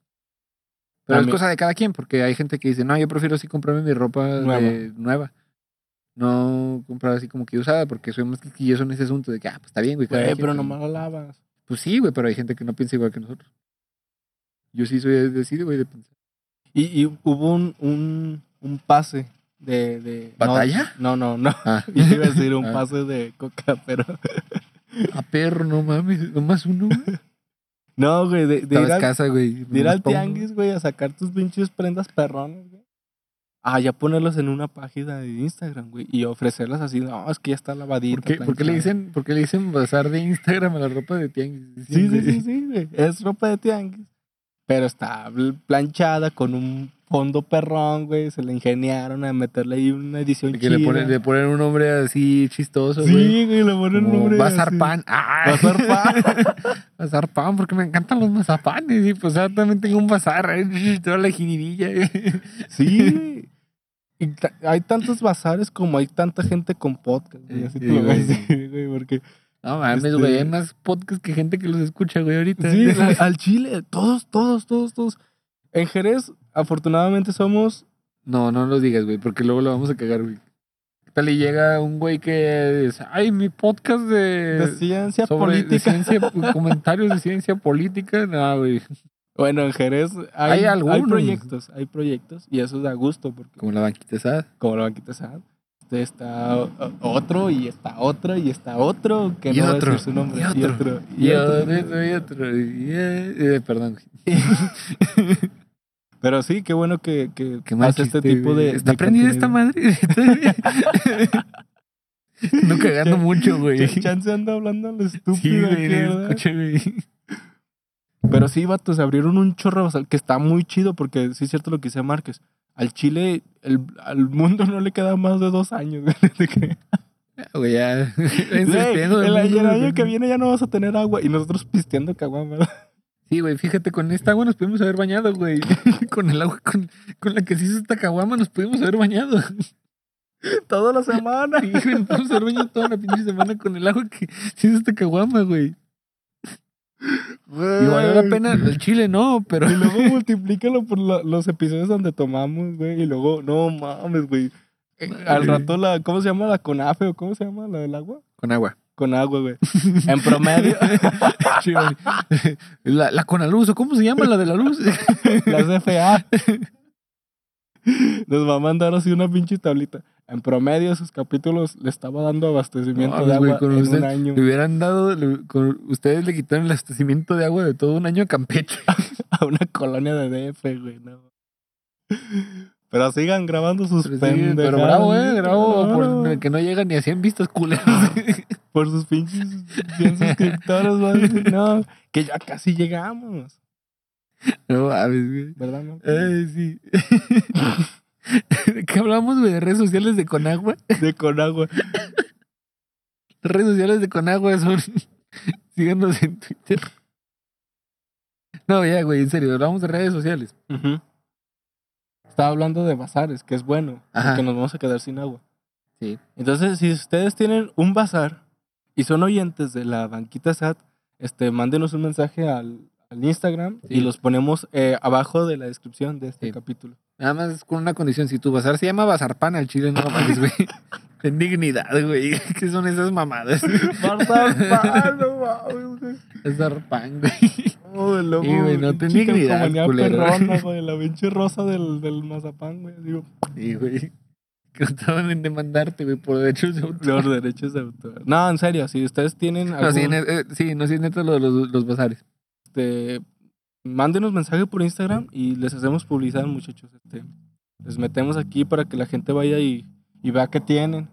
[SPEAKER 3] Pero
[SPEAKER 2] También.
[SPEAKER 3] es cosa de cada quien, porque hay gente que dice, no, yo prefiero así comprarme mi ropa de- nueva.
[SPEAKER 2] Nueva.
[SPEAKER 3] No comprar así como que usada, porque soy más quisquilloso en ese asunto de que, ah, pues está bien, güey. cada
[SPEAKER 2] Güey,
[SPEAKER 3] quien,
[SPEAKER 2] pero nomás la lavas.
[SPEAKER 3] Pues sí, güey, pero hay gente que no piensa igual que nosotros. Yo sí soy decidido, güey, de pensar.
[SPEAKER 2] Y, y hubo un, un, un pase de. de no-
[SPEAKER 3] ¿Batalla?
[SPEAKER 2] No, no, no.
[SPEAKER 3] Ah,
[SPEAKER 2] Yo iba a decir un
[SPEAKER 3] Ah.
[SPEAKER 2] pase de coca, pero.
[SPEAKER 3] a perro, no mames, nomás uno, güey.
[SPEAKER 2] No, güey, de, de ir,
[SPEAKER 3] Estaba
[SPEAKER 2] al,
[SPEAKER 3] escasa, güey.
[SPEAKER 2] de ir
[SPEAKER 3] nomás
[SPEAKER 2] al
[SPEAKER 3] pa' uno.
[SPEAKER 2] tianguis, güey, a sacar tus pinches prendas perrones, güey. Ah, ya ponerlas en una página de Instagram, güey. Y ofrecerlas así. No, es que ya está lavadita.
[SPEAKER 3] ¿Por qué, por qué le
[SPEAKER 2] planchada.
[SPEAKER 3] dicen, por qué le dicen bazar de Instagram a la ropa de tianguis?
[SPEAKER 2] Sí, sí,
[SPEAKER 3] güey.
[SPEAKER 2] sí, sí, güey. Es ropa de tianguis. Pero está bl- planchada con un fondo perrón, güey. Se le ingeniaron a meterle ahí una edición
[SPEAKER 3] Que le
[SPEAKER 2] chida.
[SPEAKER 3] ponen, le ponen un nombre así chistoso, güey.
[SPEAKER 2] Sí, güey, le ponen un nombre.
[SPEAKER 3] Va a ser
[SPEAKER 2] así.
[SPEAKER 3] pan. ¡Ah!
[SPEAKER 2] Bazar pan.
[SPEAKER 3] Bazar pan, porque me encantan los mazapanes. Y pues ya también tengo un bazar. eh, Toda la jiribilla. eh.
[SPEAKER 2] Sí, güey. Y ta- hay tantos bazares como hay tanta gente con podcast, güey.
[SPEAKER 3] Eh, sí,
[SPEAKER 2] Así te lo voy a
[SPEAKER 3] güey.
[SPEAKER 2] decir, güey. Porque
[SPEAKER 3] No mames,
[SPEAKER 2] Este-
[SPEAKER 3] güey. Hay más podcasts que gente que los escucha, güey, ahorita.
[SPEAKER 2] Sí, la- al Chile, todos, todos, todos, todos. En Jerez, afortunadamente somos...
[SPEAKER 3] No, no lo digas, güey, porque luego lo vamos a cagar, güey. ¿Qué tal y llega un güey que dice, ay, mi podcast de...
[SPEAKER 2] De ciencia
[SPEAKER 3] Eh, sobre- de
[SPEAKER 2] política.
[SPEAKER 3] ciencia- comentarios de ciencia política. No, güey.
[SPEAKER 2] Bueno, en Jerez
[SPEAKER 3] Hay
[SPEAKER 2] hay, hay,
[SPEAKER 3] algunos.
[SPEAKER 2] proyectos, hay proyectos, y eso da gusto, porque
[SPEAKER 3] Como la banquita SAD.
[SPEAKER 2] como la banquita SAD, este está o- otro, y está otro, y está otro, que
[SPEAKER 3] Y
[SPEAKER 2] no va a
[SPEAKER 3] otro,
[SPEAKER 2] decir su nombre,
[SPEAKER 3] y
[SPEAKER 2] y
[SPEAKER 3] otro,
[SPEAKER 2] otro, y
[SPEAKER 3] Y
[SPEAKER 2] otro.
[SPEAKER 3] otro, y otro. y- eh, eh, perdón. güey.
[SPEAKER 2] Pero sí, qué bueno que, que,
[SPEAKER 3] Qué mal
[SPEAKER 2] hace este
[SPEAKER 3] chiste,
[SPEAKER 2] tipo
[SPEAKER 3] güey.
[SPEAKER 2] de...
[SPEAKER 3] ¿Está
[SPEAKER 2] de
[SPEAKER 3] prendida esta
[SPEAKER 2] contenido.
[SPEAKER 3] madre? no cagando mucho, güey.
[SPEAKER 2] Ch- Chance anda hablando al
[SPEAKER 3] Sí,
[SPEAKER 2] estúpido. aquí,
[SPEAKER 3] güey,
[SPEAKER 2] ¿verdad?
[SPEAKER 3] escucha, güey.
[SPEAKER 2] Pero sí, vatos, abrieron un chorro, o sea, que está muy chido, porque sí es cierto lo que decía Márquez. Al Chile, el- al mundo no le queda más de dos años. güey, de que-
[SPEAKER 3] Güey, ya.
[SPEAKER 2] Güey,
[SPEAKER 3] Entristeando del
[SPEAKER 2] el,
[SPEAKER 3] mundo,
[SPEAKER 2] el
[SPEAKER 3] güey.
[SPEAKER 2] año que viene ya no vas a tener agua. Y nosotros pisteando caguama, ¿verdad?
[SPEAKER 3] Sí, güey, fíjate, con esta agua nos pudimos haber bañado, güey. con el agua con, con la que se hizo esta caguama nos pudimos haber bañado.
[SPEAKER 2] Toda la semana.
[SPEAKER 3] Sí, güey, nos pudimos haber bañado toda la pinche semana con el agua que se hizo esta caguama, güey. Y valió la pena, el chile no, pero...
[SPEAKER 2] Y luego multiplícalo por la- los episodios donde tomamos, güey. Y luego, no mames, güey. Eh, Al rato la, ¿cómo se llama? La conafe o cómo se llama la del agua?
[SPEAKER 3] Con agua.
[SPEAKER 2] Con agua, güey. En promedio,
[SPEAKER 3] Sí, güey. la, la con la luz, ¿o cómo se llama la de la luz?
[SPEAKER 2] la CFA. Nos va a mandar así una pinche tablita. En promedio, sus capítulos le estaba dando abastecimiento
[SPEAKER 3] No, pues,
[SPEAKER 2] de
[SPEAKER 3] güey,
[SPEAKER 2] agua
[SPEAKER 3] con
[SPEAKER 2] en
[SPEAKER 3] usted-
[SPEAKER 2] un año.
[SPEAKER 3] Le hubieran dado, le- con- ustedes le quitaron el abastecimiento de agua de todo un año a Campeche.
[SPEAKER 2] a una colonia de DF, güey. no. Pero sigan grabando sus
[SPEAKER 3] Pero, sí,
[SPEAKER 2] pendejadas.
[SPEAKER 3] pero bravo, eh, bravo,
[SPEAKER 2] Claro,
[SPEAKER 3] por, que no llega ni a 100 vistas, culeros.
[SPEAKER 2] por sus pinches 100 suscriptores, güey. No, que ya casi llegamos.
[SPEAKER 3] No mames, güey.
[SPEAKER 2] ¿Verdad, no?
[SPEAKER 3] Ay, sí. ¿De qué hablamos, güey? ¿De redes sociales de Conagua?
[SPEAKER 2] De Conagua.
[SPEAKER 3] Las redes sociales de Conagua son... Síganos en Twitter. No, ya, güey, en serio, hablamos de redes sociales.
[SPEAKER 2] Estaba hablando de bazares, que es bueno,
[SPEAKER 3] Ajá.
[SPEAKER 2] porque nos vamos a quedar sin agua.
[SPEAKER 3] Sí.
[SPEAKER 2] Entonces, si ustedes tienen un bazar y son oyentes de la banquita SAT, este, mándenos un mensaje al, al Instagram
[SPEAKER 3] Sí.
[SPEAKER 2] y los ponemos eh, abajo de la descripción de este
[SPEAKER 3] Sí.
[SPEAKER 2] capítulo.
[SPEAKER 3] Nada más con una condición, si tu bazar se llama Bazarpan al chile, no mames, güey. En dignidad, güey. ¿Qué son esas mamadas?
[SPEAKER 2] Bazar, no mames, güey.
[SPEAKER 3] Bazarpan, güey.
[SPEAKER 2] Oh, el logo,
[SPEAKER 3] Sí, güey, no
[SPEAKER 2] pinche
[SPEAKER 3] tenía dignidad,
[SPEAKER 2] calcomanía
[SPEAKER 3] culero.
[SPEAKER 2] perrona, güey, la pinche rosa del, del mazapán, güey. Digo,
[SPEAKER 3] Sí, güey. Que estaban en demandarte, güey, por derechos de autor.
[SPEAKER 2] los derechos de autor. No, en serio, si ustedes tienen algún,
[SPEAKER 3] No, sí, ne- eh, sí, no, sí, neta, lo de los, los bazares.
[SPEAKER 2] este, mándenos mensaje por Instagram y les hacemos publicidad, muchachos. Este, les metemos aquí para que la gente vaya y, y vea qué tienen.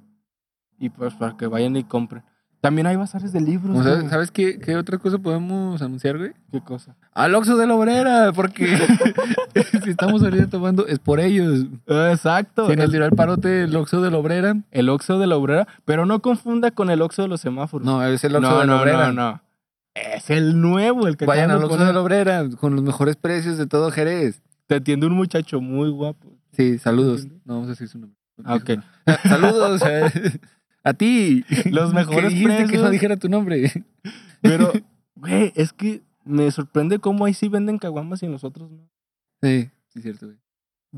[SPEAKER 2] Y pues para que vayan y compren. También hay bazares de libros.
[SPEAKER 3] Como, ¿Sabes,
[SPEAKER 2] güey.
[SPEAKER 3] sabes qué, qué otra cosa podemos anunciar, güey?
[SPEAKER 2] ¿Qué cosa?
[SPEAKER 3] Al Oxxo de la Obrera, porque si estamos ahorita tomando, es por ellos.
[SPEAKER 2] Exacto.
[SPEAKER 3] Si nos
[SPEAKER 2] el,
[SPEAKER 3] tiró el parote el Oxxo de la Obrera,
[SPEAKER 2] el Oxxo de la Obrera. Pero no confunda con el Oxxo de los semáforos.
[SPEAKER 3] no, es el Oxxo
[SPEAKER 2] no,
[SPEAKER 3] de la
[SPEAKER 2] no,
[SPEAKER 3] Obrera.
[SPEAKER 2] no, no. Es el nuevo, el que
[SPEAKER 3] Vayan al
[SPEAKER 2] acaban de
[SPEAKER 3] Oxxo
[SPEAKER 2] poner.
[SPEAKER 3] de la Obrera con los mejores precios de todo Jerez.
[SPEAKER 2] Te atiende un muchacho muy guapo.
[SPEAKER 3] Sí, saludos. No vamos a decir su nombre.
[SPEAKER 2] Ah, ok.
[SPEAKER 3] Saludos eh, a ti.
[SPEAKER 2] Los mejores
[SPEAKER 3] que dijiste que no
[SPEAKER 2] precios.
[SPEAKER 3] dijera tu nombre.
[SPEAKER 2] Pero, güey, es que me sorprende cómo ahí sí venden caguamas y nosotros no.
[SPEAKER 3] Sí, sí, es cierto, güey.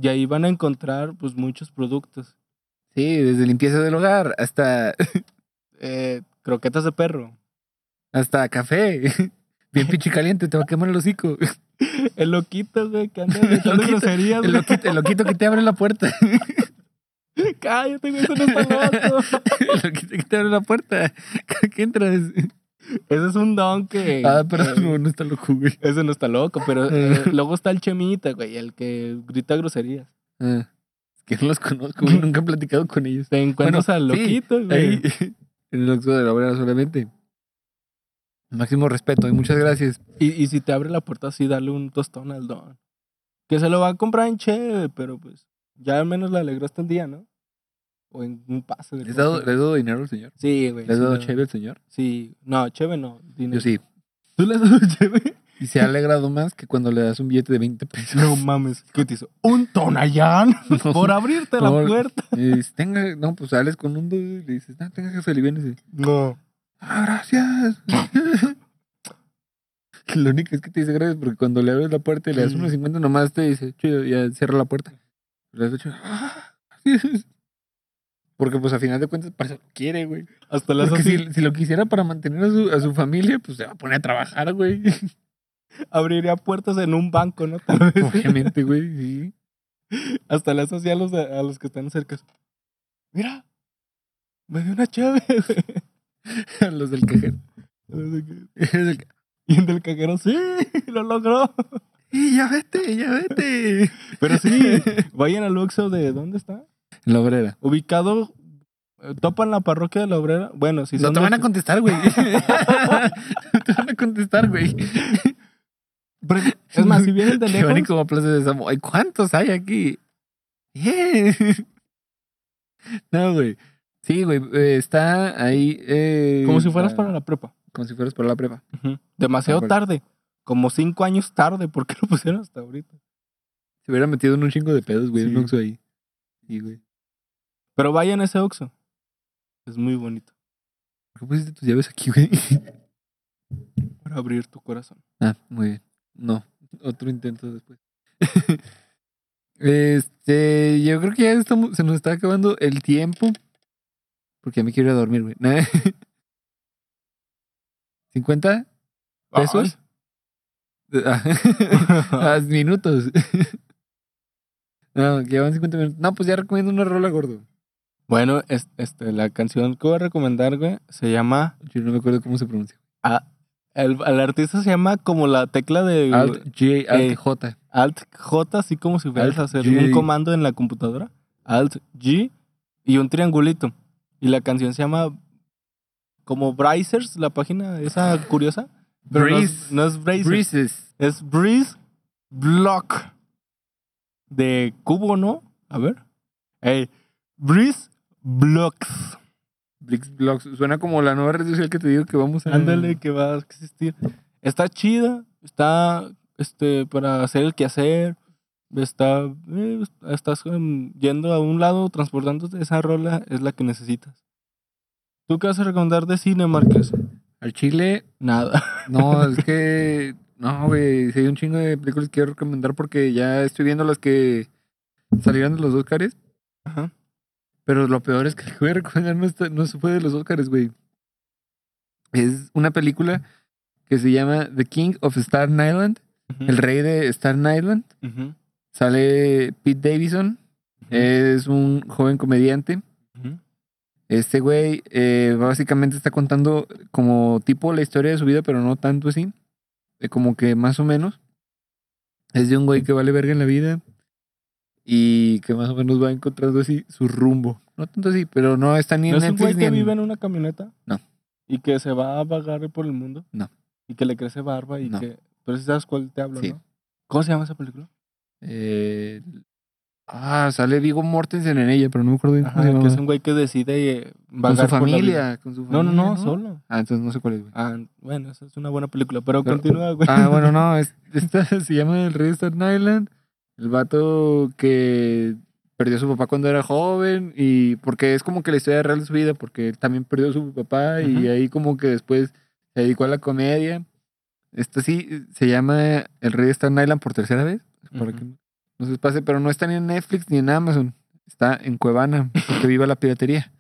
[SPEAKER 2] Y ahí van a encontrar, pues, muchos productos.
[SPEAKER 3] Sí, desde limpieza del hogar hasta,
[SPEAKER 2] Eh, croquetas de perro.
[SPEAKER 3] hasta café. Bien pinche caliente, te va a quemar el hocico.
[SPEAKER 2] El loquito, güey, que anda gritando
[SPEAKER 3] loquito,
[SPEAKER 2] groserías,
[SPEAKER 3] El
[SPEAKER 2] güey.
[SPEAKER 3] loquito, el loquito que te abre la puerta.
[SPEAKER 2] Cállate, güey, eso no está loco.
[SPEAKER 3] El loquito que te abre la puerta. ¿Qué entras?
[SPEAKER 2] Ese es un don que...
[SPEAKER 3] Ah, perdón,
[SPEAKER 2] eh,
[SPEAKER 3] no, no está loco, güey.
[SPEAKER 2] ese no está loco, pero eh, luego está el chemita, güey, el que grita groserías.
[SPEAKER 3] Ah, es que no los conozco, güey, nunca he platicado con ellos.
[SPEAKER 2] Te encuentras
[SPEAKER 3] Bueno,
[SPEAKER 2] al
[SPEAKER 3] sí,
[SPEAKER 2] loquito, güey.
[SPEAKER 3] Ahí, en el Oxxo de la obrera solamente. Máximo respeto y muchas gracias.
[SPEAKER 2] Y, y si te abre la puerta así, dale un tostón al don. Que se lo va a comprar en cheve, pero pues ya al menos le alegraste el día, ¿no? O en un pase. de
[SPEAKER 3] ¿Les he dado,
[SPEAKER 2] coca.
[SPEAKER 3] les he dado dinero al señor?
[SPEAKER 2] Sí, güey.
[SPEAKER 3] ¿Les he
[SPEAKER 2] sí,
[SPEAKER 3] dado
[SPEAKER 2] no.
[SPEAKER 3] chévere al señor?
[SPEAKER 2] Sí. No, cheve no. dinero.
[SPEAKER 3] Yo sí.
[SPEAKER 2] ¿Tú le has dado cheve?
[SPEAKER 3] Y se ha alegrado más que cuando le das un billete de 20 pesos.
[SPEAKER 2] No mames. ¿Qué te hizo? Un tonallán
[SPEAKER 3] No.
[SPEAKER 2] por abrirte
[SPEAKER 3] No.
[SPEAKER 2] la puerta.
[SPEAKER 3] Y dice, tenga, no, pues sales con un dedo y le dices, no, tenga jefe, le vienes.
[SPEAKER 2] No.
[SPEAKER 3] Ah, gracias. Lo único es que te dice gracias porque cuando le abres la puerta y le das
[SPEAKER 2] Mm.
[SPEAKER 3] unos 50 nomás te dice, chido, y ya cierra la puerta. Le das chido. Ah, gracias. Porque pues a final de cuentas para eso lo quiere, güey.
[SPEAKER 2] Hasta las
[SPEAKER 3] Porque
[SPEAKER 2] así,
[SPEAKER 3] si, si lo quisiera para mantener a su, a su familia, pues se va a poner a trabajar, güey.
[SPEAKER 2] abriría puertas en un banco, ¿no? Tal vez.
[SPEAKER 3] Obviamente, güey, sí.
[SPEAKER 2] Hasta las hacía a los, de- a los que están cerca. Mira, me dio una chévere.
[SPEAKER 3] A los del cajero.
[SPEAKER 2] Y el del cajero, sí, lo logró.
[SPEAKER 3] Y ya vete, ya vete.
[SPEAKER 2] Pero sí, vayan al Luxo de dónde está.
[SPEAKER 3] La obrera.
[SPEAKER 2] Ubicado, eh, topan la parroquia de la obrera. Bueno, si
[SPEAKER 3] No
[SPEAKER 2] son
[SPEAKER 3] te
[SPEAKER 2] de-
[SPEAKER 3] van a contestar, güey. No te van a contestar, güey.
[SPEAKER 2] Pre- Es más, si vienen de
[SPEAKER 3] Qué
[SPEAKER 2] lejos,
[SPEAKER 3] bonito como Plaza de Samo. Ay, ¿cuántos hay aquí? Yeah. No, güey. Sí, güey. eh, está ahí. eh,
[SPEAKER 2] como si fueras
[SPEAKER 3] la-
[SPEAKER 2] para la prepa.
[SPEAKER 3] Como si fueras para la prepa.
[SPEAKER 2] Demasiado
[SPEAKER 3] Ándale.
[SPEAKER 2] tarde. Como cinco años tarde, ¿por qué lo pusieron hasta ahorita?
[SPEAKER 3] Se hubiera metido en un chingo de pedos, güey.
[SPEAKER 2] Sí.
[SPEAKER 3] en un Oxxo ahí. Sí, güey.
[SPEAKER 2] Pero vayan a ese Oxxo. Es muy bonito
[SPEAKER 3] ¿Por qué pusiste tus llaves aquí, güey?
[SPEAKER 2] para abrir tu corazón.
[SPEAKER 3] Ah, muy bien. No, otro intento después. este, yo creo que ya estamos, se nos está acabando el tiempo. Porque ya me quiero ir a dormir, güey. Nah. ¿50 pesos? Ah, minutos. no, que van 50 minutos. No, pues ya recomiendo una rola gordo.
[SPEAKER 2] Bueno, es- este, la canción que voy a recomendar, güey, se llama.
[SPEAKER 3] Yo no me acuerdo cómo se pronuncia.
[SPEAKER 2] a- el, el artista se llama como la tecla de
[SPEAKER 3] Alt J, Alt J.
[SPEAKER 2] Alt J, así como si fueras a
[SPEAKER 3] Alt
[SPEAKER 2] hacer
[SPEAKER 3] G.
[SPEAKER 2] un comando en la computadora. Alt G y un triangulito. Y la canción se llama como Brazers, la página esa curiosa. Pero no es,
[SPEAKER 3] Breeze.
[SPEAKER 2] no es Brazers,
[SPEAKER 3] Breezes.
[SPEAKER 2] es Breeze Block. De cubo, ¿no? A ver. Ey, Breeze Blocks.
[SPEAKER 3] Blix Blogs. Suena como la nueva red social que te digo que
[SPEAKER 2] Mm.
[SPEAKER 3] vamos a.
[SPEAKER 2] Ándale, que va a existir. Está chida, está este, para hacer el quehacer, está, eh, estás em, yendo a un lado, transportándote. Esa rola es la que necesitas. ¿Tú qué vas a recomendar de cine, Márquez?
[SPEAKER 3] Al Chile,
[SPEAKER 2] Nada.
[SPEAKER 3] No, es que. No, güey. Sí, hay un chingo de películas que quiero recomendar porque ya estoy viendo las que salieron de los Óscares.
[SPEAKER 2] Ajá.
[SPEAKER 3] Pero lo peor es que lo que voy a recomendar no, está- no fue de los Óscares, güey. Es una película que se llama The King of Staten Island,
[SPEAKER 2] Ujú,
[SPEAKER 3] El Rey de Staten Island.
[SPEAKER 2] ujú,
[SPEAKER 3] Sale Pete Davidson, es un joven comediante.
[SPEAKER 2] ujú.
[SPEAKER 3] Este güey eh, básicamente está contando como tipo la historia de su vida, pero no tanto así. Eh, como que más o menos. Es de un güey que vale verga en la vida y que más o menos va encontrando así su rumbo. No tanto así, pero no está ni en
[SPEAKER 2] ¿No es un
[SPEAKER 3] Netflix
[SPEAKER 2] güey
[SPEAKER 3] ni
[SPEAKER 2] que
[SPEAKER 3] en-
[SPEAKER 2] vive en una camioneta?
[SPEAKER 3] No.
[SPEAKER 2] ¿Y que se va a vagar por el mundo?
[SPEAKER 3] No.
[SPEAKER 2] ¿Y que le crece barba y
[SPEAKER 3] No.
[SPEAKER 2] que...? Pero si sabes cuál te hablo,
[SPEAKER 3] Sí.
[SPEAKER 2] ¿no? ¿Cómo se llama esa película?
[SPEAKER 3] eh, Ah, sale Vigo Mortensen en ella, pero no me acuerdo bien
[SPEAKER 2] Ajá,
[SPEAKER 3] cómo se
[SPEAKER 2] que es
[SPEAKER 3] llama.
[SPEAKER 2] un güey que decide eh,
[SPEAKER 3] Con su
[SPEAKER 2] vagar por la vida.
[SPEAKER 3] familia, con su
[SPEAKER 2] No,
[SPEAKER 3] familia.
[SPEAKER 2] no, no, solo.
[SPEAKER 3] Ah, entonces no sé cuál es, güey.
[SPEAKER 2] Ah, bueno, esa es una buena película, pero
[SPEAKER 3] Pero-
[SPEAKER 2] continúa, güey.
[SPEAKER 3] Ah, bueno, no, es- esta se llama El Rey de Staten Island. El vato que perdió a su papá cuando era joven y porque es como que la historia real de su vida, porque él también perdió a su papá y
[SPEAKER 2] Ujú.
[SPEAKER 3] ahí como que después se dedicó a la comedia. Esta sí se llama El Rey de Staten Island por tercera vez, para
[SPEAKER 2] Ujú.
[SPEAKER 3] que no- no se les pase, pero no está ni en Netflix ni en Amazon, está en Cuevana, porque viva la piratería.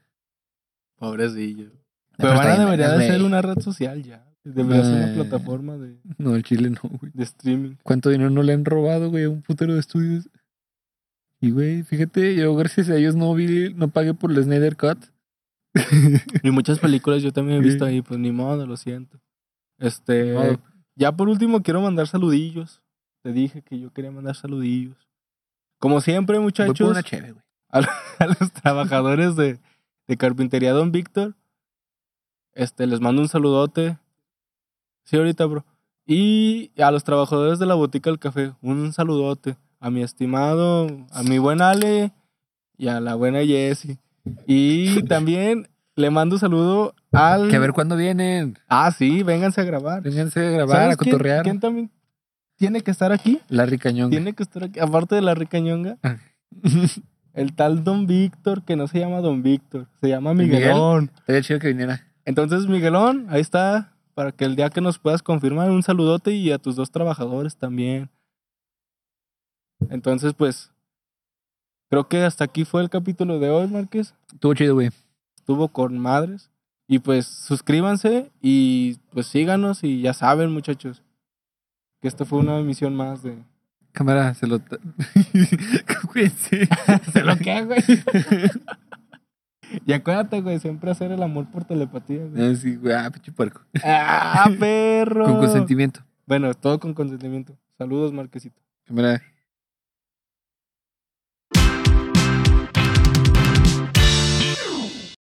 [SPEAKER 2] Pobrecillo.
[SPEAKER 3] Pero
[SPEAKER 2] Pero
[SPEAKER 3] está
[SPEAKER 2] ahora
[SPEAKER 3] bien,
[SPEAKER 2] debería de
[SPEAKER 3] güey.
[SPEAKER 2] ser una red social ya. Debería ser
[SPEAKER 3] Eh.
[SPEAKER 2] una plataforma de,
[SPEAKER 3] No, el Chile no, güey.
[SPEAKER 2] de streaming.
[SPEAKER 3] cuánto dinero no le han robado, güey, a un putero de estudios. Y, güey, fíjate, yo gracias a ellos no vi, no pagué por el Snyder Cut.
[SPEAKER 2] Y muchas películas yo también he
[SPEAKER 3] Sí.
[SPEAKER 2] visto ahí, pues ni modo, lo siento. Este,
[SPEAKER 3] Modo.
[SPEAKER 2] ya por último quiero mandar saludillos. Te dije que yo quería mandar saludillos. Como siempre,
[SPEAKER 3] Voy por
[SPEAKER 2] muchachos,
[SPEAKER 3] una cheve, güey.
[SPEAKER 2] a los trabajadores de, de Carpintería Don Víctor. Este, les mando un saludote. Sí, ahorita, bro. Y a los trabajadores de la Botica del Café, un saludote. A mi estimado, a mi buen Ale y a la buena Jessie. Y también le mando un saludo al...
[SPEAKER 3] Que a ver cuándo vienen.
[SPEAKER 2] Ah, sí, vénganse a grabar.
[SPEAKER 3] Vénganse a grabar, a
[SPEAKER 2] ¿Sabes quién-
[SPEAKER 3] cotorrear.
[SPEAKER 2] quién también tiene que estar aquí?
[SPEAKER 3] Larry Cañón.
[SPEAKER 2] Tiene que estar aquí, aparte de la rica ñonga. El tal Don Víctor, que no se llama Don Víctor, se llama
[SPEAKER 3] ¿Miguel?
[SPEAKER 2] Miguelón.
[SPEAKER 3] Estaría chido que viniera.
[SPEAKER 2] Entonces, Miguelón, ahí está. Para que el día que nos puedas confirmar, un saludote y a tus dos trabajadores también. Entonces, pues, creo que hasta aquí fue el capítulo de hoy, Márquez.
[SPEAKER 3] Estuvo chido, güey.
[SPEAKER 2] Estuvo con madres. Y pues, suscríbanse y pues síganos y ya saben, muchachos, que esta fue una emisión más de...
[SPEAKER 3] Cámara, se lo. ta- Cuídense.
[SPEAKER 2] ¿De lo que, güey? y acuérdate, güey, siempre hacer el amor por telepatía, güey.
[SPEAKER 3] No, sí, güey. Ah, pinche puerco.
[SPEAKER 2] ¡Ah, perro!
[SPEAKER 3] Con consentimiento.
[SPEAKER 2] Bueno, todo con consentimiento. Saludos, Marquesito.
[SPEAKER 3] Cámara.